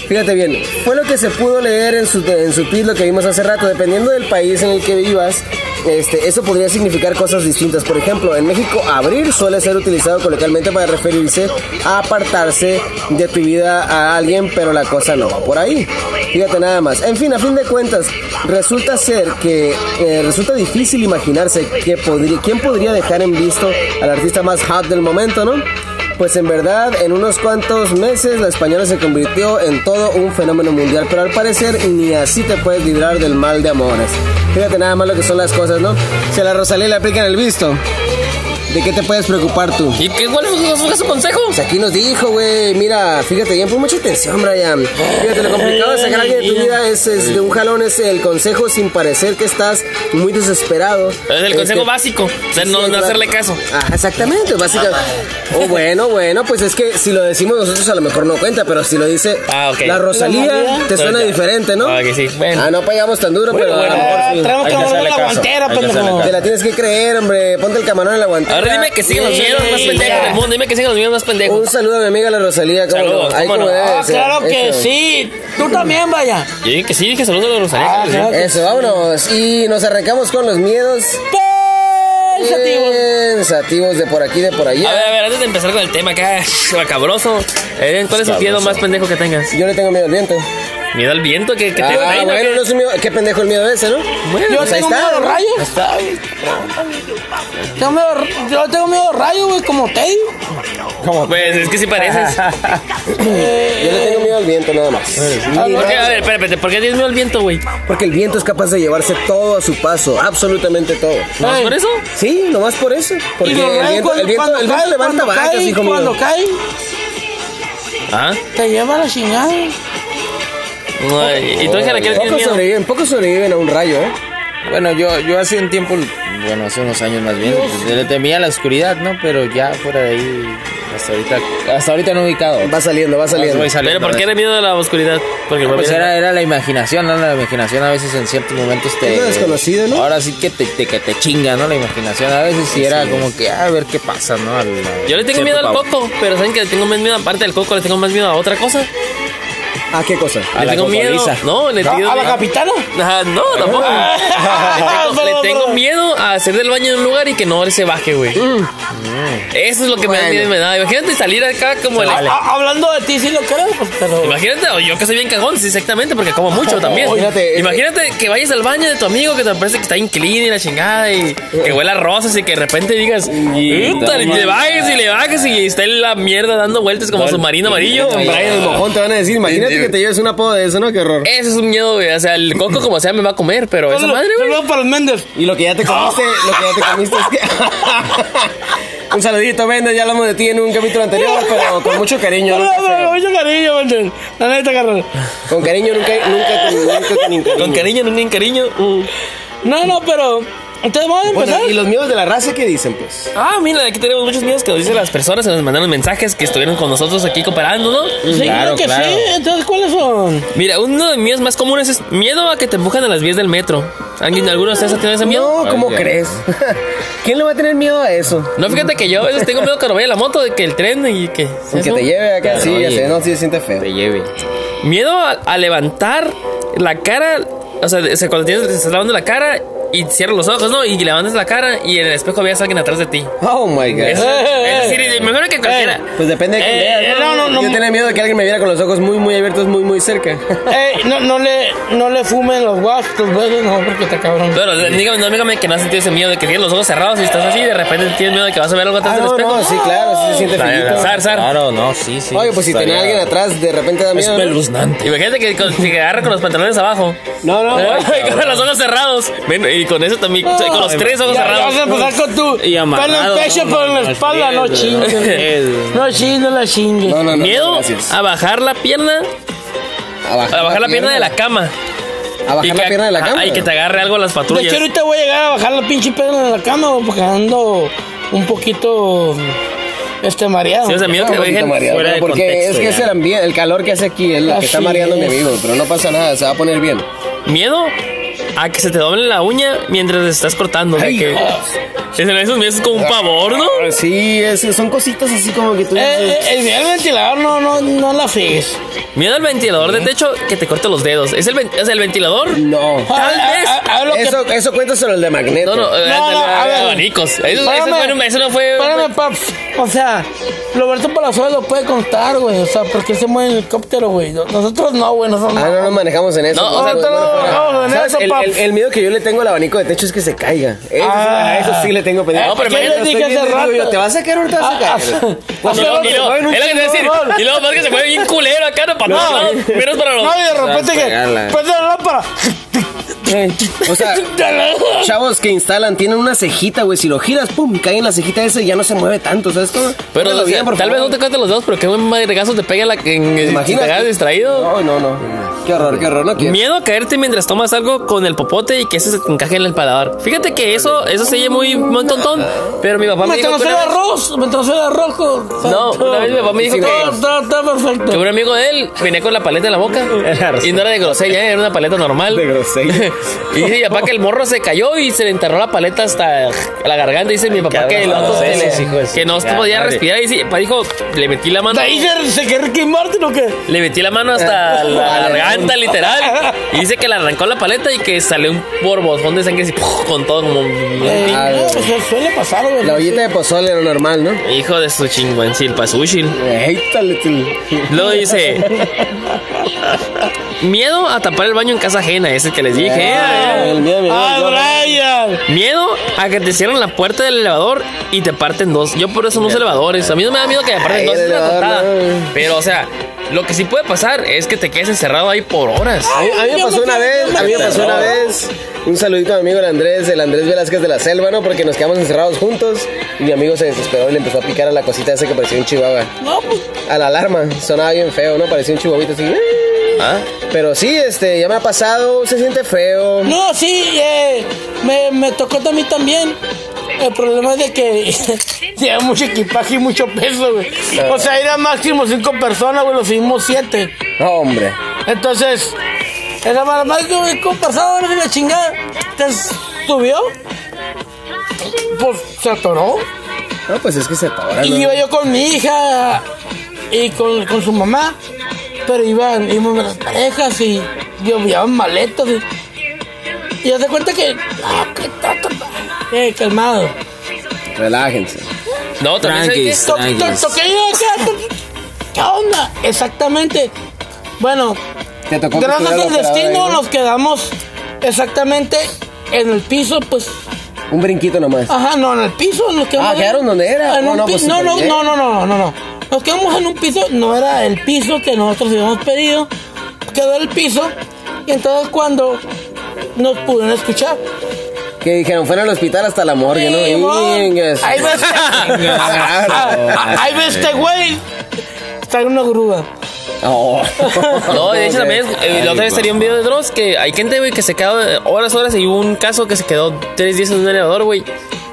Fíjate bien, fue lo que se pudo leer en su, en su tweet, lo que vimos hace rato. Dependiendo del país en el que vivas, este, eso podría significar cosas distintas. Por ejemplo, en México, abrir suele ser utilizado coloquialmente para referirse a apartarse de tu vida a alguien, pero la cosa no va por ahí. Fíjate nada más. En fin, a fin de cuentas, resulta ser que eh, resulta difícil imaginarse que podría, quién podría dejar en visto al artista más hot del momento, ¿no? Pues en verdad, en unos cuantos meses la española se convirtió en todo un fenómeno mundial, pero al parecer ni así te puedes librar del mal de amores. Fíjate nada más lo que son las cosas, ¿no? Si a la Rosalía le aplican el visto, ¿de qué te puedes preocupar tú?
¿Y qué, cuál fue, fue su consejo?
Pues aquí nos dijo, güey, mira, fíjate bien, pon mucha atención, Brian. Fíjate, lo complicado de sacar a alguien de tu vida es, es de un jalón, es el consejo sin parecer que estás muy desesperado.
Es el
Este,
consejo básico. O sea, no,
sí,
no
claro.
hacerle caso.
Ah, exactamente, básicamente. Oh, bueno, bueno, pues es que si lo decimos nosotros a lo mejor no cuenta, pero si lo dice
Ah, ok.
la Rosalía,
Rosalía.
te suena
Entonces,
diferente, ¿no?
Ah, que sí. Bueno.
Ah, no pegamos tan duro, pero a lo mejor
Ah,
sí.
Tenemos que
Hay que
volver
hacerle
la
caso,
guantera,
hay que hacerle
pendejo.
Te la tienes que creer, hombre. Ponte el camarón en la guantera.
Ahora dime que siguen los
Sí,
miedos más pendejos
ya.
del mundo. Dime que siguen los miedos más
Un
pendejos.
saludo a mi amiga la Rosalía, ¿cómo
Saludos,
no? Ahí
cómo
como
no.
debe
Ah,
ser,
claro que
eso.
sí. Tú también, vaya.
Yo dije que sí, dije saludos a los
Ah,
rosarianos.
claro que sí.
Eso, vámonos. Y nos arrancamos con los miedos
Pensativos.
pensativos de por aquí, de por
A ver,
allá.
a ver, antes de empezar con el tema acá, macabroso. Eren, ¿cuál es el miedo más pendejo que tengas?
Yo le tengo miedo al viento.
¿Miedo al viento? que que te
Ah,
reina,
bueno,
que-
no es un miedo. Qué pendejo el miedo ese, ¿no?
Bueno,
Yo
pues ahí está,
tengo miedo a los
¿no?
rayos. Tengo miedo- yo tengo miedo a los rayos, güey, como Teddy.
Pues es que sí pareces.
Yo le tengo miedo al viento nada más.
¿Por qué? A ver, espérate, ¿por qué tienes miedo al viento, güey?
Porque el viento es capaz de llevarse todo a su paso, absolutamente todo.
¿No es por eso?
Sí, nomás por eso. Porque
Y los
el
rayos
viento,
cuando-
el viento,
cuando
el viento
caen,
levanta
cuando
vacas,
caen,
hijo mío.
Cuando cae,
Ah.
te lleva la chingada.
No, ¿Y y tú, Ángela, qué le tienes
Pocos
miedo?
sobreviven, pocos sobreviven a un rayo, ¿eh?
Bueno, yo, yo hace un tiempo, bueno, hace unos años más bien, pues, le temía la oscuridad, ¿no? Pero ya fuera de ahí, hasta ahorita, hasta ahorita no he ubicado. Ah,
Va saliendo, va saliendo.
Voy saliendo,
Pero ¿por qué
¿no?
eres miedo a la oscuridad? Porque
Pues
mira,
era, era la imaginación, ¿no? La imaginación a veces en ciertos momentos te...
Es lo desconocido, ¿no?
Ahora sí que te, te- que te chinga, ¿no? La imaginación. A veces sí era como que, "Ah, a ver qué pasa, ¿no? Al- al-
Yo le tengo
cierto
miedo al
pavor.
coco, pero saben que le tengo más miedo, aparte del coco, le tengo más miedo a otra cosa.
¿A Ah, qué cosa?
A
le
la
tengo miedo.
cocoliza.
No, le tengo
¿A la
miedo-
capitana?
Ajá, no, tampoco.
Ah,
le tengo,
perdón,
le tengo
perdón. Mm.
miedo a hacer del baño en un lugar y que no se baje, güey. Eso es lo que me da miedo, me da. Imagínate salir acá como el.
Ah, Hablando de ti, sí lo creo, pues, pero...
Imagínate, o yo que soy bien cagón, sí, exactamente, porque como mucho también.
fíjate, eh,
Imagínate que vayas al baño de tu amigo que te parece que está incline y la chingada y que huela a rosas y que de repente digas, "Puta", y le bajes y le bajes y está en la mierda dando vueltas como submarino amarillo.
Brian el mojón te van a decir, imagínate que te lleves un apodo de eso, ¿no? Qué horror.
Ese es un miedo, güey. O sea, el coco como sea me va a comer, pero esa madre, güey.
Saludos para los Méndez.
Y lo que ya te comiste, lo que ya te comiste es que... un saludito, Méndez, ya hablamos de ti en un capítulo anterior, pero con mucho cariño.
Saludos,
nunca
pero
feo.
Mucho cariño, Méndez. La neta, carnal.
Con cariño nunca, nunca, con- nunca con incariño.
Con cariño, nunca en cariño. Mm.
No, no, pero... Entonces vamos a
Bueno,
empezar.
¿y los miedos de la raza qué dicen, pues?
Ah, mira, aquí tenemos muchos miedos que nos dicen las personas que nos mandaron mensajes que estuvieron con nosotros aquí cooperando, ¿no?
Sí, claro,
Claro,
que
claro.
sí. Entonces, ¿cuáles son?
Mira, uno de mis miedos más comunes es miedo a que te empujan a las vías del metro. ¿Alguien, alguno de ustedes ha tenido ese miedo?
No, ¿cómo
Ay, ya.
crees? ¿Quién le va a tener miedo a eso?
No, fíjate que yo a veces tengo miedo cuando voy a la moto de que el tren y que...
Sin que
¿no?
te lleve acá,
Claro,
sí, ya
oye.
sé, no, sí se siente feo.
Te lleve.
Miedo a, a levantar la cara, o sea, de- o sea, cuando tienes, te estás lavando la cara y cierras los ojos, ¿no? Y levantas la cara y en el espejo veas a alguien atrás de ti.
Oh my
Es,
god.
es decir, me imagino que cualquiera.
Pues depende de quién
Eh,
veas,
no, no, no.
Yo tenía miedo de que alguien me viera con los ojos muy, muy abiertos, muy, muy cerca.
Ey, Eh, no, no, le, no le fumen los guas, los besos, no, porque te cabrón.
Bueno, dígame, no, dígame que no has sentido ese miedo de que tienes los ojos cerrados y estás así y de repente tienes miedo de que vas a ver algo atrás
Ah,
del
no,
espejo.
no, sí, claro, sí se siente
Claro,
feíto.
Zar, zar.
Claro, no, sí, sí.
Oye, pues si tenía
estaría-
alguien atrás, de repente da
Es
miedo. ¿no?
peluznante.
Imagínate que con- que agarra con los pantalones abajo.
No, no.
Ay, con los ojos cerrados. Ven, y con eso también, o sea, con los tres ojos
Ya, ya
cerrados.
vas a empezar con tu
Y
pelo en
amarrado,
pecho,
no,
pero en la
no,
espalda. No
pies,
chingues.
pies.
No chingues, no la chingues.
No, no, no.
Miedo
gracias.
a bajar la pierna,
A bajar,
a bajar la pierna de la
A
cama. Y
bajar la
que-
pierna de la
ajá,
cama.
Y que te agarre algo las
De
patrullas.
hecho, ahorita voy a llegar a bajar la pinche pierna de la cama güey, porque ando un poquito este mareado.
Sí, o sea, miedo
Ah,
que
un
lo
poquito
dejen
mareado,
fuera
¿no?
de
porque
contexto.
es que
ya. Ah,
es el ambiente, el calor que hace aquí es lo que está
Así
mareando a mi
es.
amigo, pero no pasa nada, se va a poner bien.
Miedo a que se te doble la uña mientras te estás cortando. o sea,
Ay,
que- es en esos miedos es como un pavor, ¿no?
Sí, es- son cositas así como que tú
Eh,
dices,
eh, el del ventilador no, no, no la figues.
Miedo al ventilador de techo que te corte los dedos. Es el, ven- o sea, el ventilador.
no.
A- a- a- a lo que-
Eso, eso cuenta sobre el de magneto.
No, no, eh,
no,
ándale,
a ver.
abanicos. Eso, eso
Espérame.
fue un- eso no fue.
Espérame, paps. O sea, Roberto Palazuelo lo puede contar, güey. O sea, porque se mueve el helicóptero, güey. Nosotros no, güey. Nosotros no.
Ah, no nos manejamos en eso.
No, o sea,
pues,
no
bueno,
nos
fuera.
manejamos en
¿Sabes?
eso,
El-
paps.
el, el miedo que yo le tengo al abanico de techo es que se caiga. Eso,
Ah.
a eso sí le tengo pendiente.
No, pero
Yo
imagínate,
estoy
dije hace
viendo y digo
rato.
yo, ¿Te vas a caer o no te vas a
Ah,
caer?
ah,
Y luego,
Cuando
y luego-
se mueven un
es lo que te iba a decir.
chingo de gol.
Y luego, más que se mueve bien culero acá, no para todos lados, menos para los.
No, y de repente que.
pegarla.
Pues la lámpara.
O sea, chavos que instalan tienen una cejita, güey. Si lo giras, pum, cae en la cejita esa y ya no se mueve tanto, ¿sabes cómo?
Pero
Póngalo
o sea,
bien, por
tal vez
favor.
no te cortes los dedos, pero que un madregazo te pegue la, en, si te
Imagínate.
hagas distraído.
No, Oh, no, no. Qué horror, qué horror. No quiero.
Miedo a caerte mientras tomas algo con el popote y que ese se te encaje en el paladar. Fíjate que eso, eso se oye muy montontón, pero mi papá me dijo
Mientras
que
el
una vez-
arroz. Mientras el arroz. con-
No, una vez mi papá me dijo
Todo
que,
está, está perfecto.
que un amigo de él venía con la paleta en la boca y no era de grosella, era una paleta normal.
De grosella.
y dice mi papá que el morro se cayó y se le enterró la paleta hasta la garganta. Dice mi papá que, el vato se le-
esos hijos de su
que no
chingada
podía
madre.
respirar. Y sí, papá dijo, le metí la mano.
¿De ahí se, se quería quemarte o qué?
Le metí la mano hasta la garganta, literal. Y dice que le arrancó la paleta y que salió un borbotón de sangre así, ¡puf! con todo como...
Eh,
un-
Ah,
no,
güey.
o sea, suele pasar, güey.
La ollita de pozole era normal, ¿no?
Hijo de su chingüencil, pasuchil.
Éítale, tú.
Luego dice... Miedo a tapar el baño en casa ajena, ese que les dije.
Ah, el miedo, el miedo,
¡Ah,
yo-
Brian!
Miedo a que te cierren la puerta del elevador y te parten dos. Yo por eso no uso elevadores. A mí no me da miedo que me parten
Ay,
dos.
el
es una
elevador,
tontada.
no.
Pero, o sea, lo que sí puede pasar es que te quedes encerrado ahí por horas.
A mí, a mí me pasó una vez, a mí me pasó una vez. Un saludito a mi amigo el Andrés, el Andrés Velázquez de la Selva, ¿no? Porque nos quedamos encerrados juntos y mi amigo se desesperó y le empezó a picar a la cosita esa que parecía un chihuahua.
No, pues.
A la alarma, sonaba bien feo, ¿no? Parecía un chihuahuito así.
¿Ah?
Pero sí, este, ya me ha pasado, se siente feo.
No, sí, eh, me, me tocó a mí también. El problema es de que lleva mucho equipaje y mucho peso, güey. O sea, era máximo cinco personas, güey, lo subimos siete.
No, hombre.
Entonces, esa mala madre que cinco personas y la chingada, te subió, pues se atoró.
No, pues es que se atora,
Y
¿no?
iba yo con mi hija y con, con su mamá, pero iban, íbamos las parejas y yo llevaba maletas y, y haz de cuenta que, ah, que trato, eh, calmado.
Relájense.
No, también ¿sabes qué?
Tranquis.
To- to- Toqué yo acá, to- ¿qué onda? Exactamente. Bueno,
Te tocó que
gracias
estuviera
al
la operada
destino
ahí, ¿no?
nos quedamos exactamente en el piso, pues
Un brinquito nomás.
Ajá, no, en el piso nos quedamos.
Ah, ¿quedaron donde era?
En
Oh,
un
no,
pi-
pues,
no, no,
bien.
no, no, no, no, no. Nos quedamos en un piso, no era el piso que nosotros habíamos pedido, quedó el piso, y entonces cuando nos pudieron escuchar.
Que dijeron, fueron al hospital hasta la morgue, ¿no?
Sí, mon.
Ingues.
Ahí va este. Ah, ah, Ahí va este güey. Trae una grúa.
Oh.
No, de hecho
Ok.
también eh, la otra vez tenía un video de Dross que hay gente, güey, que se quedó eh, horas, horas y hubo un caso que se quedó tres días en un elevador, güey.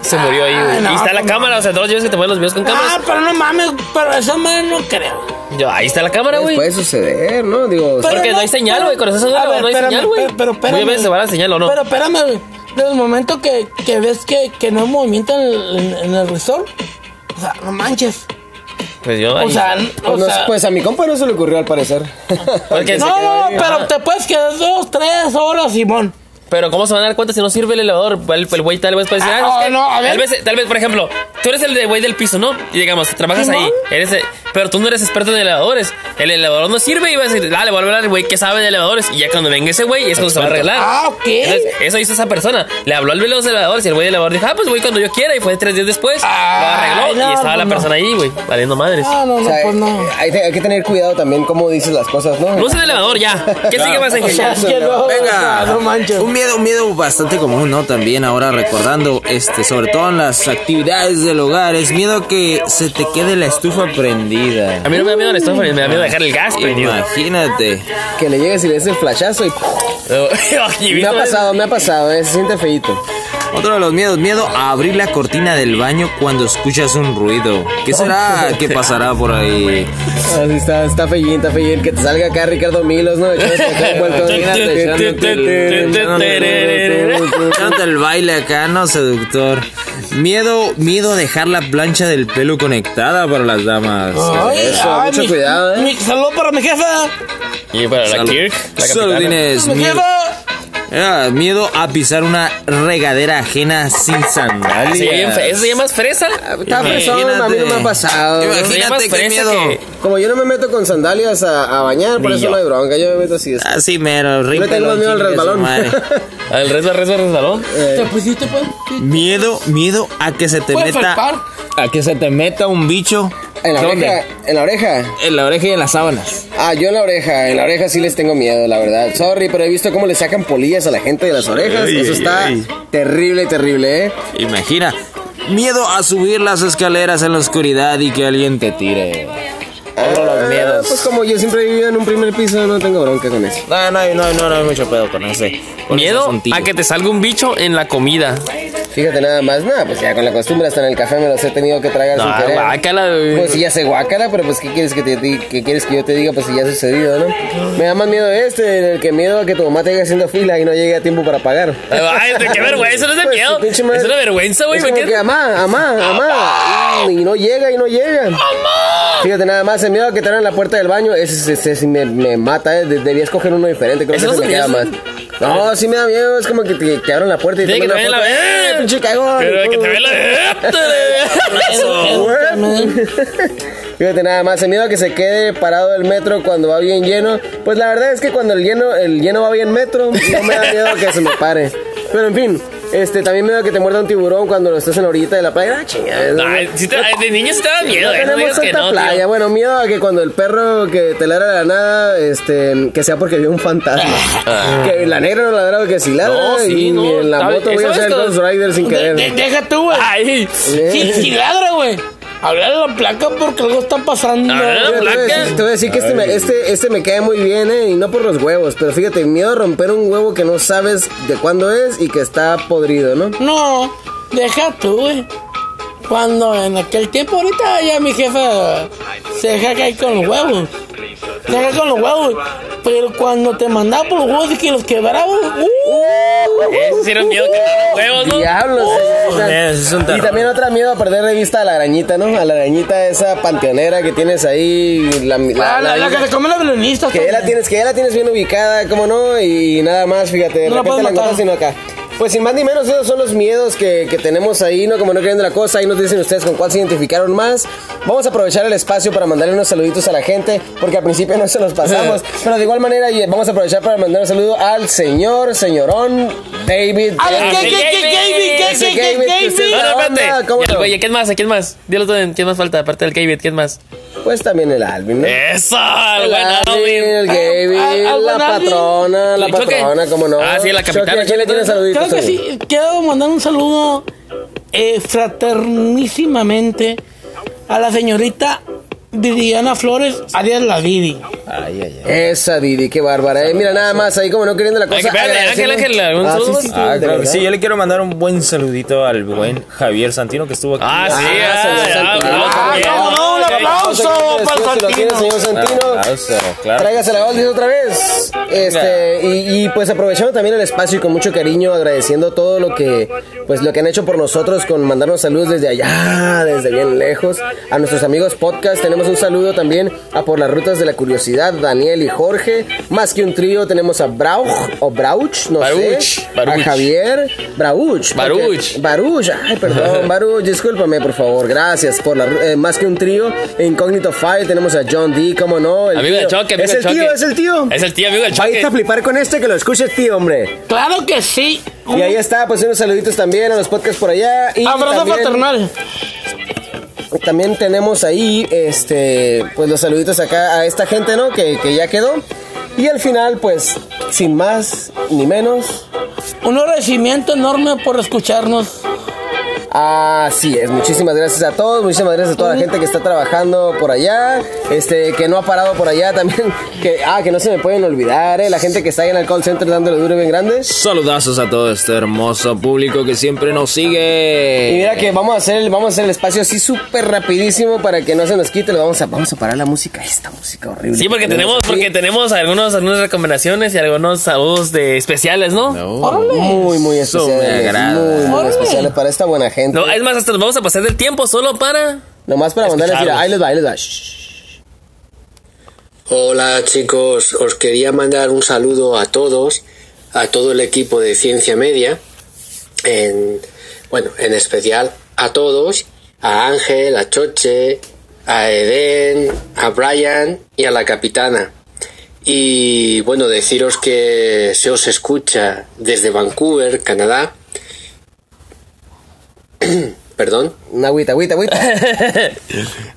Se murió ahí, güey.
Ah, no,
y está la
no
cámara, o sea, Dross, yo ves que te ponen los videos con
Ah,
cámaras.
pero no mames, pero esa madre no creo.
Yo, ahí está la cámara, güey.
Puede suceder, ¿no? Digo,
Pero
Pues Porque no hay señal,
pero-
güey, con eso no-
A ver,
no hay
espérame,
señal, güey.
pe- Pero espérame.
Muy a veces se va la señal, ¿o no?
Pero espérame, güey. Desde el momento que, que ves que, que no hay movimiento en el, en- en el resort, o sea, no manches.
Pues yo, ahí.
O sea, n- o
Pues, no-
sea-
pues a mi compa no se le ocurrió al parecer.
Porque se
no,
quedó
no,
ahí.
pero
Ajá.
te puedes quedar dos, tres horas, Simón.
Pero ¿cómo se van a dar cuenta si no sirve el elevador? El el güey tal vez puede decir,
Ah,
ah, es
oh,
que
no, a ver.
Tal vez, tal vez, por ejemplo, tú eres el de güey del piso, ¿no? Y digamos, trabajas
Simón.
ahí. Eres el- Pero tú no eres experto en elevadores. El elevador no sirve y vas a decir, dale, voy a hablar al güey que sabe de elevadores. Y ya cuando venga ese güey, es cuando se va a arreglar.
Ah, ok.
Entonces, eso hizo esa persona. Le habló al de los elevadores y el güey del elevador dijo, ah, pues voy cuando yo quiera. Y fue tres días después,
Ah,
lo arregló y
no,
estaba la
no.
persona ahí, güey, valiendo madres.
Ah, no,
O
no,
sea,
pues no.
hay, hay que tener cuidado también cómo dices las cosas, ¿no?
No uses el elevador ya. ¿Qué sigue más en
O sea, es que no,
Venga,
o sea, Ah, no manches.
un miedo, un miedo bastante común, ¿no? También ahora recordando, este, sobre todo en las actividades del hogar, es miedo que se te quede la estufa prendida.
A mí no me da miedo la estufa, me da miedo dejar el gas prendido.
Imagínate.
Que le llegues y le des el flashazo y...
Y
Me ha
visto-
pasado, me ha pasado, eh, se siente feíto.
Otro de los miedos, miedo a abrir la cortina del baño cuando escuchas un ruido. ¿Qué será que pasará por ahí?
Así está, está fellín, está fellín. Que te salga acá Ricardo Milos, ¿no?
Imagínate, echándote el- echándote el baile acá, no seductor. Miedo, miedo a dejar la plancha del pelo conectada para las damas.
Ay,
Eso,
ay,
mucho
mi-
cuidado, eh.
mi- Saludo para mi jefa.
Y para la Kirk, la capitana.
Saludines,
Mi
miedo,
jefa.
Ah, miedo a pisar una regadera ajena sin sandalias.
Ah, Sí, bien fe- ¿Eso se llama fresa?
Está fresón, a mí no me ha pasado. ¿no?
Se llama
Imagínate qué
fresa
miedo.
que-
Como yo no me meto con sandalias a, a bañar, por
Ni
eso
yo.
no hay bronca. Yo me meto así. es-
Así Ah, mero,
Yo le tengo
rímpelo,
más miedo al
chingue su
resbalón.
madre.
Al res, al res, al resbalón.
Te pusiste, pues. sí.
Miedo, miedo a que se te
Puede
meta
faltar.
a que se te meta un bicho
En la
¿Dónde?
oreja, en la oreja.
en la oreja y en las sábanas.
Ah, yo en la oreja, en la oreja sí les tengo miedo, la verdad. Sorry, pero he visto cómo le sacan polillas a la gente de las orejas.
Ey,
Eso está
ey.
terrible, terrible, ¿eh?
Imagina, miedo a subir las escaleras en la oscuridad y que alguien te tire.
Ah, Pues como yo siempre he vivido en un primer piso, no tengo bronca con eso.
No, no, no, no, no hay mucho pedo con ese. con ese
Miedo
asuntillo.
a que te salga un bicho en la comida.
Fíjate nada más, nada, pues ya con la costumbre hasta en el café me los he tenido que tragar
No,
sin querer.
Ah, guácala, güey.
Pues si ya sé guácala, pero pues ¿qué quieres que, te, di- qué quieres que yo te diga? Pues si ya ha sucedido, ¿no? Me da más miedo este, en el que miedo a que tu mamá te llegue haciendo fila y no llegue a tiempo para pagar.
Ay, qué vergüenza, no es de
Pues,
miedo.
tu pinche madre.
Es una vergüenza, güey.
Es
me
como
quedo-
que amá, amá, amá. Y no llega, y no llega. Fíjate, nada más, el miedo a que te abran la puerta del baño, ese, ese- ese sí me, me mata, eh. De- debía escoger uno diferente, creo que
Eso
ese me
sí,
queda
eso
más. No, sí me da miedo, es como que te que abran la puerta y
Tiene que
toman
te
una
vean
foto.
la-
¡Eh, pinche cagón!
Pero que te ve la.
Fíjate nada más, el miedo a que se quede parado el metro cuando va bien lleno. Pues la verdad es que cuando el lleno, el lleno va bien metro, no me da miedo que se me pare. Pero en fin, este también miedo a que te muerda un tiburón cuando lo estás en la orillita de la playa. Ah, chingada, eso-
Ay, sí te- ay, de niño se te da miedo,
no
eh, no
tenemos
digas que
tanta
no,
playa.
tío.
Bueno, miedo a que cuando el perro que te ladra de la nada, este, que sea porque vio un fantasma. que la negra no ladra, que si ladra.
Ah. No, sí,
y
no,
en la
¿sabes-
moto voy a
sabes
hacer el
todo?
Ghost Rider sin
De-
querer.
de- Deja tú, güey.
Ay,
Si, si ladra, güey. Hablar a la placa porque algo está pasando.
A ver.
Mira, te voy a
Blanca.
decir- te voy a decir que este me, este, este me cae muy bien, ¿eh? Y no por los huevos, pero fíjate, miedo a romper un huevo que no sabes de cuándo es y que está podrido, ¿no?
No, deja tú, güey. Cuando en aquel tiempo, ahorita ya mi jefa se deja caer con los huevos. Se deja con los huevos. Pero cuando te mandaba por los huevos y que los quebraba, güey, ¡uh!
Esos sí eran miedo que huevos, ¿no?
Diablos. señorita.
Eso es un
y
terror.
también otra miedo a perder de vista a la arañita, ¿no? A la arañita esa panteonera que tienes ahí. La, la-
Ah, la, la que se come la violinista.
que ya la tienes, que ya la tienes bien ubicada, ¿cómo no? Y nada más, fíjate, de
No la
repente
puedes
la
matar.
encuentras sino acá. Pues sin más ni menos, esos son los miedos que, que tenemos ahí, ¿no? Como no creen de la cosa, ahí nos dicen ustedes con cuál se identificaron más. Vamos a aprovechar el espacio para mandarle unos saluditos a la gente, porque al principio no se los pasamos. Pero de igual manera, y vamos a aprovechar para mandar un saludo al señor, señorón, David.
A ver, ¿qué,
David.
qué, qué, qué,
Ese
qué, qué,
David que
qué,
usted
qué,
No,
la
no,
onda,
espérate.
¿cómo
Y el
no?
güey, ¿a ¿quién más? ¿A quién más? Dilo todo, ¿quién más falta? Aparte del Kevin, ¿quién más?
Pues también el Alvin, ¿no?
Eso, el
El
buen
Alvin,
Eh, Alvin.
el Gaby,
Ah, ah,
la
buen Alvin.
patrona, la
¿El Choque?
patrona, cómo no.
Ah, sí, la
Choque,
capitana,
¿a quién le tiene saluditos?
Creo que
amigo?
sí. Quiero mandar un saludo eh, fraternísimamente a la señorita Viviana Flores, alias la Vivi.
Esa Didi, qué bárbara. Eh, mira, nada más, ahí como no queriendo la cosa.
Ay, que espérate,
agradecemos-
Ángel, Ángel, ¿algún
Ah, sí,
saludo?
sí, sí,
Ah,
de
claro que
verdad.
sí, yo le quiero mandar un buen saludito al buen Javier Santino que estuvo aquí.
Ah, sí,
Ah,
ah,
señor
ah,
Santino.
ah,
Ah,
ah,
cómo no, un
ah,
aplauso para el Santino. Señor
Un
Santino,
Ah, aplauso, claro.
tráigase la Goldis otra vez. Este, y, y, pues aprovechando también el espacio y con mucho cariño, agradeciendo todo lo que, pues lo que han hecho por nosotros con mandarnos saludos desde allá, desde bien lejos. A nuestros amigos podcast, tenemos un saludo también a Por las Rutas de la Curiosidad, Daniel y Jorge. Más que un trío, tenemos a Brauch, o Brauch, no sé.
Baruch, Baruch.
A Javier, Brauch. porque-
Baruch.
Baruch, ay, perdón, Baruch, discúlpame, por favor, gracias. Por la, ru- eh, más que un trío, Incógnito Fire, tenemos a John D, cómo no. el
Amigo
tío.
del choque, amigo
Es
del
el tío,
choque.
es el tío.
Es el tío, amigo del
Ahí
choque.
está a flipar con este que lo escuches, tío, hombre.
Claro que sí.
Y ahí está, pues unos saluditos también a los podcasts por allá. Y
Abrazo
también,
paternal.
También tenemos ahí, este, pues los saluditos acá a esta gente, ¿no? Que, que ya quedó. Y al final, pues, sin más ni menos,
Un agradecimiento enorme por escucharnos.
Así es, muchísimas gracias a todos, muchísimas gracias a toda la gente que está trabajando por allá, este, que no ha parado por allá también, que, ah, que no se me pueden olvidar, eh, la gente que está ahí en el call center dándole duro y bien grande.
Saludazos a todo este hermoso público que siempre nos
Y
sigue.
mira que vamos a hacer el, vamos a hacer el espacio así súper rapidísimo para que no se nos quite, le vamos a, vamos a parar la música, esta música horrible.
Sí, porque
que
tenemos,
aquí.
porque tenemos algunos, algunas recomendaciones y algunos saludos de especiales, ¿no? No.
Oh.
Muy, muy
Eso me
especiales,
agrada.
muy, muy
Órale.
especiales para esta buena gente.
es más, hasta nos vamos a pasar del tiempo solo para.
Nomás para mandarles, mira,
Escucharlos.
ahí les va, ahí les va. shh.
Hola chicos, os quería mandar un saludo a todos, a todo el equipo de Ciencia Media, en, bueno, en especial a todos, a Ángel, a Choche, a Eden, a Brian y a la capitana. Y bueno, deciros que se os escucha desde Vancouver, Canadá. Perdón.
Una agüita, agüita, agüita.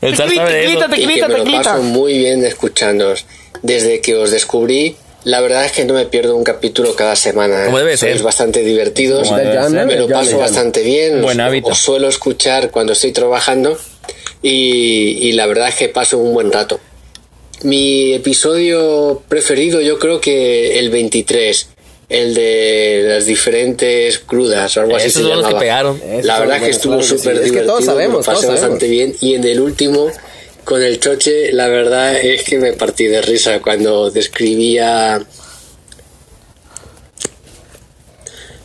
El Sal sabe de eso.
y que me lo paso muy bien escuchándoos. Desde que os descubrí, la verdad es que no me pierdo un capítulo cada semana.
Como debe
Sois
ser.
bastante divertidos.
Como debe ser.
me lo
Ya, ya.
paso bastante bien.
Buen
os,
hábito.
os suelo escuchar cuando estoy trabajando y, y la verdad es que paso un buen rato. Mi episodio preferido yo creo que el 23. El de las diferentes crudas o algo así
Esos
se
son los que
llamaba.
pegaron.
Esos
La
son los
verdad que
buenos,
estuvo
claro que sí.
súper
Es que
divertido,
todos sabemos,
me lo pasé
todos sabemos.
bastante bien. Y en el último, con el choche, la verdad es que me partí de risa cuando describía...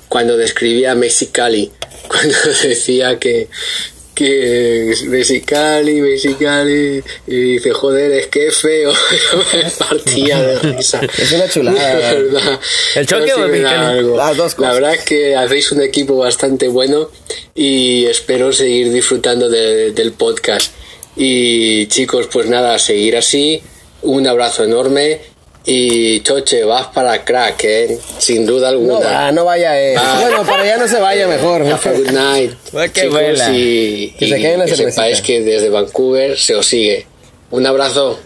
Cuando describía Mexicali, cuando decía que... Que es Mexicali, Mexicali, y dice, joder, es que es feo. me partía de risa.
Es una chulada,
La verdad.
¿El choque
Pero
o el
me da
mexicano?
algo.
Las dos cosas.
La verdad es que hacéis un equipo bastante bueno y espero seguir disfrutando de- del podcast. Y chicos, pues nada, seguir así. Un abrazo enorme y Choche, vas para crack, ¿eh? sin duda alguna.
No va, no vaya eh.
Ah.
Bueno, para allá no se vaya mejor.
Have a good night.
Va que
Chicos,
vuela.
y,
Pues Que
y
se caiga la
que
cervecita.
sepáis que desde Vancouver se os sigue. Un abrazo.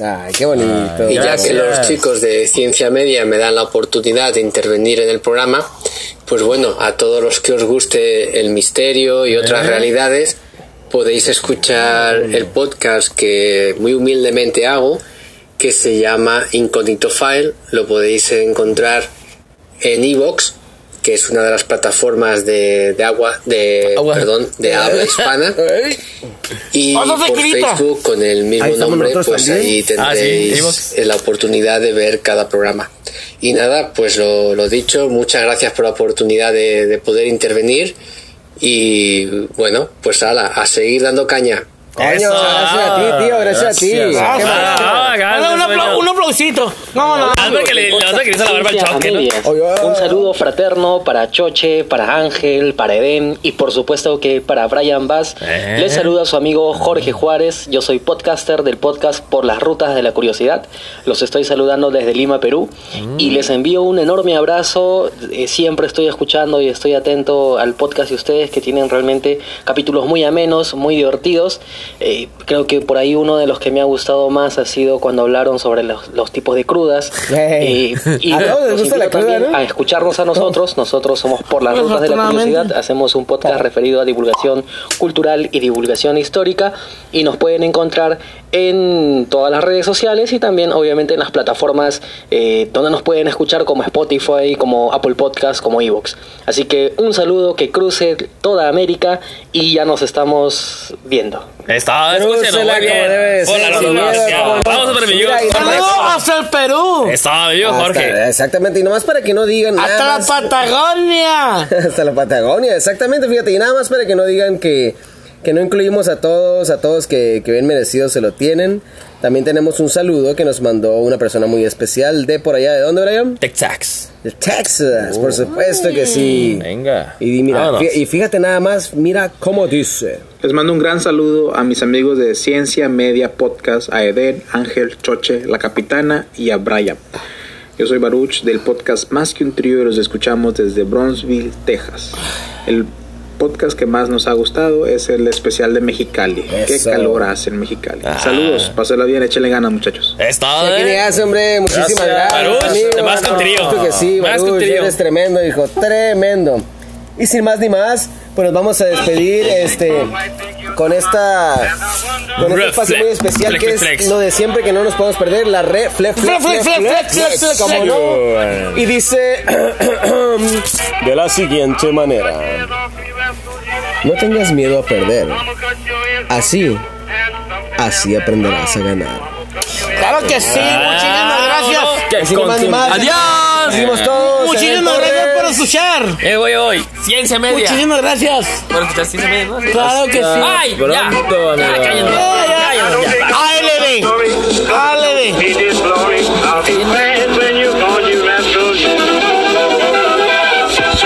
Ay, qué bonito.
Y ya
Gracias.
que los chicos de Ciencia Media me dan la oportunidad de intervenir en el programa, pues bueno, a todos los que os guste el misterio y otras realidades, podéis escuchar el podcast que muy humildemente hago, que se llama Incognito File, lo podéis encontrar en Evox, que es una de las plataformas de, de agua, de,
Agua.
perdón, de habla hispana, y
Habla de
por
grita.
Facebook con el
Ahí
mismo
estamos
nombre,
nosotros
pues
también.
ahí
Ah, sí,
tendréis eh,
Evox.
la oportunidad de ver cada programa. Y nada, pues lo, lo dicho, muchas gracias por la oportunidad de, de poder intervenir y bueno, pues ala, a seguir dando caña.
Coño,
Eso.
gracias a ti, tío, gracias, a ti.
Gracias.
Qué maravilla.
Ah,
Dale un,
gracias,
apla-
bueno.
un aplausito. No, no.
Ah, porque le, la otra que le hizo la barba al choque, ¿no?
Medias.
Oye, oye,
Un
oye.
saludo fraterno para Choche, para Ángel, para Edén y por supuesto que para Brian Bass.
Eh.
Les saluda su amigo Jorge Juárez. Yo soy podcaster del podcast Por las Rutas de la Curiosidad. Los estoy saludando desde Lima, Perú.
Mm.
Y les envío un enorme abrazo. Eh, Siempre estoy escuchando y estoy atento al podcast de ustedes que tienen realmente capítulos muy amenos, muy divertidos. Eh, creo que por ahí uno de los que me ha gustado más ha sido cuando hablaron sobre los, los tipos de crudas.
Hey.
Eh, y
A todos les
los
gusta la
invito
cruda,
también
¿no? Pues
a escucharnos a nosotros. Nosotros somos por las rutas de la
Afortunadamente.
curiosidad. Hacemos un podcast referido a divulgación cultural y divulgación histórica. Y nos pueden encontrar en todas las redes sociales y también, obviamente, en las plataformas eh, donde nos pueden escuchar, como Spotify, como Apple Podcast, como Evox. Así que un saludo que cruce toda América y ya nos estamos viendo.
Está, escúchenlo
Crúcela
muy bien.
como debe de ser,
Hola,
sin
Lolo
miedo,
García.
como no.
Vamos a ver mi
Mira, ahí está. eh.
Jorge.
¡Saludos hasta el Perú!
Está vivo,
Hasta-
Jorge.
exactamente, y nomás para que no digan
¡Hasta
nada
la
más-
Patagonia!
hasta la Patagonia, exactamente, fíjate, y nada más para que no digan que, que no incluimos a todos, a todos que, que bien merecidos se lo tienen. También tenemos un saludo que nos mandó una persona muy especial de por allá, ¿de dónde, Brian?
Texax.
De Texas, por supuesto que sí.
Venga.
Y, di- mira,
Vámonos.
fí- y fíjate nada más, mira cómo dice.
Les mando un gran saludo a mis amigos de Ciencia Media Podcast, a Eder, Ángel, Choche, La Capitana y a Brian. Yo soy Baruch del podcast Más que un trío y los escuchamos desde Bronzeville, Texas. El podcast que más nos ha gustado es el especial de Mexicali.
Eso. Ah.
Qué calor hace en Mexicali. Saludos, pásenla bien, échenle ganas muchachos.
¿Qué
Está,
tiene
eh.
hace, hombre? Muchísimas gracias.
Gracias. Baruch,
amigo.
te vas con
Por
trío.
supuesto que sí,
Vas con
Baruch,
trío.
eres tremendo, hijo, tremendo. Y sin más ni más, pues nos vamos a despedir este con esta con este
Reflex.
espacio muy especial
Flex,
que es
flex, flex.
lo de siempre que no nos podemos perder, la red flex flex
Flex, flex, flex, flex, flex,
como
flex.
no. Y dice de la siguiente manera: No tengas miedo a perder. Así así aprenderás a ganar.
¡Claro que sí! ¡Muchísimas gracias!
Ah, Que
Así nomás
con-
ni más.
Adiós.
Seguimos todos.
¡Muchísimas
Señor
gracias
Torres.
por escuchar!
Eh, voy, voy. Ciencia media.
¡Muchísimas gracias!
Bueno, escuchar ciencia media, ¿no?
¡Claro que sí!
Ay, ya.
Pronto,
Ya,
amigo.
cállenme.
Ya, ya.
Cállenme, ya.
¡ALB! ¡ALB!
He did glory. I'll be glad when you call you rascals.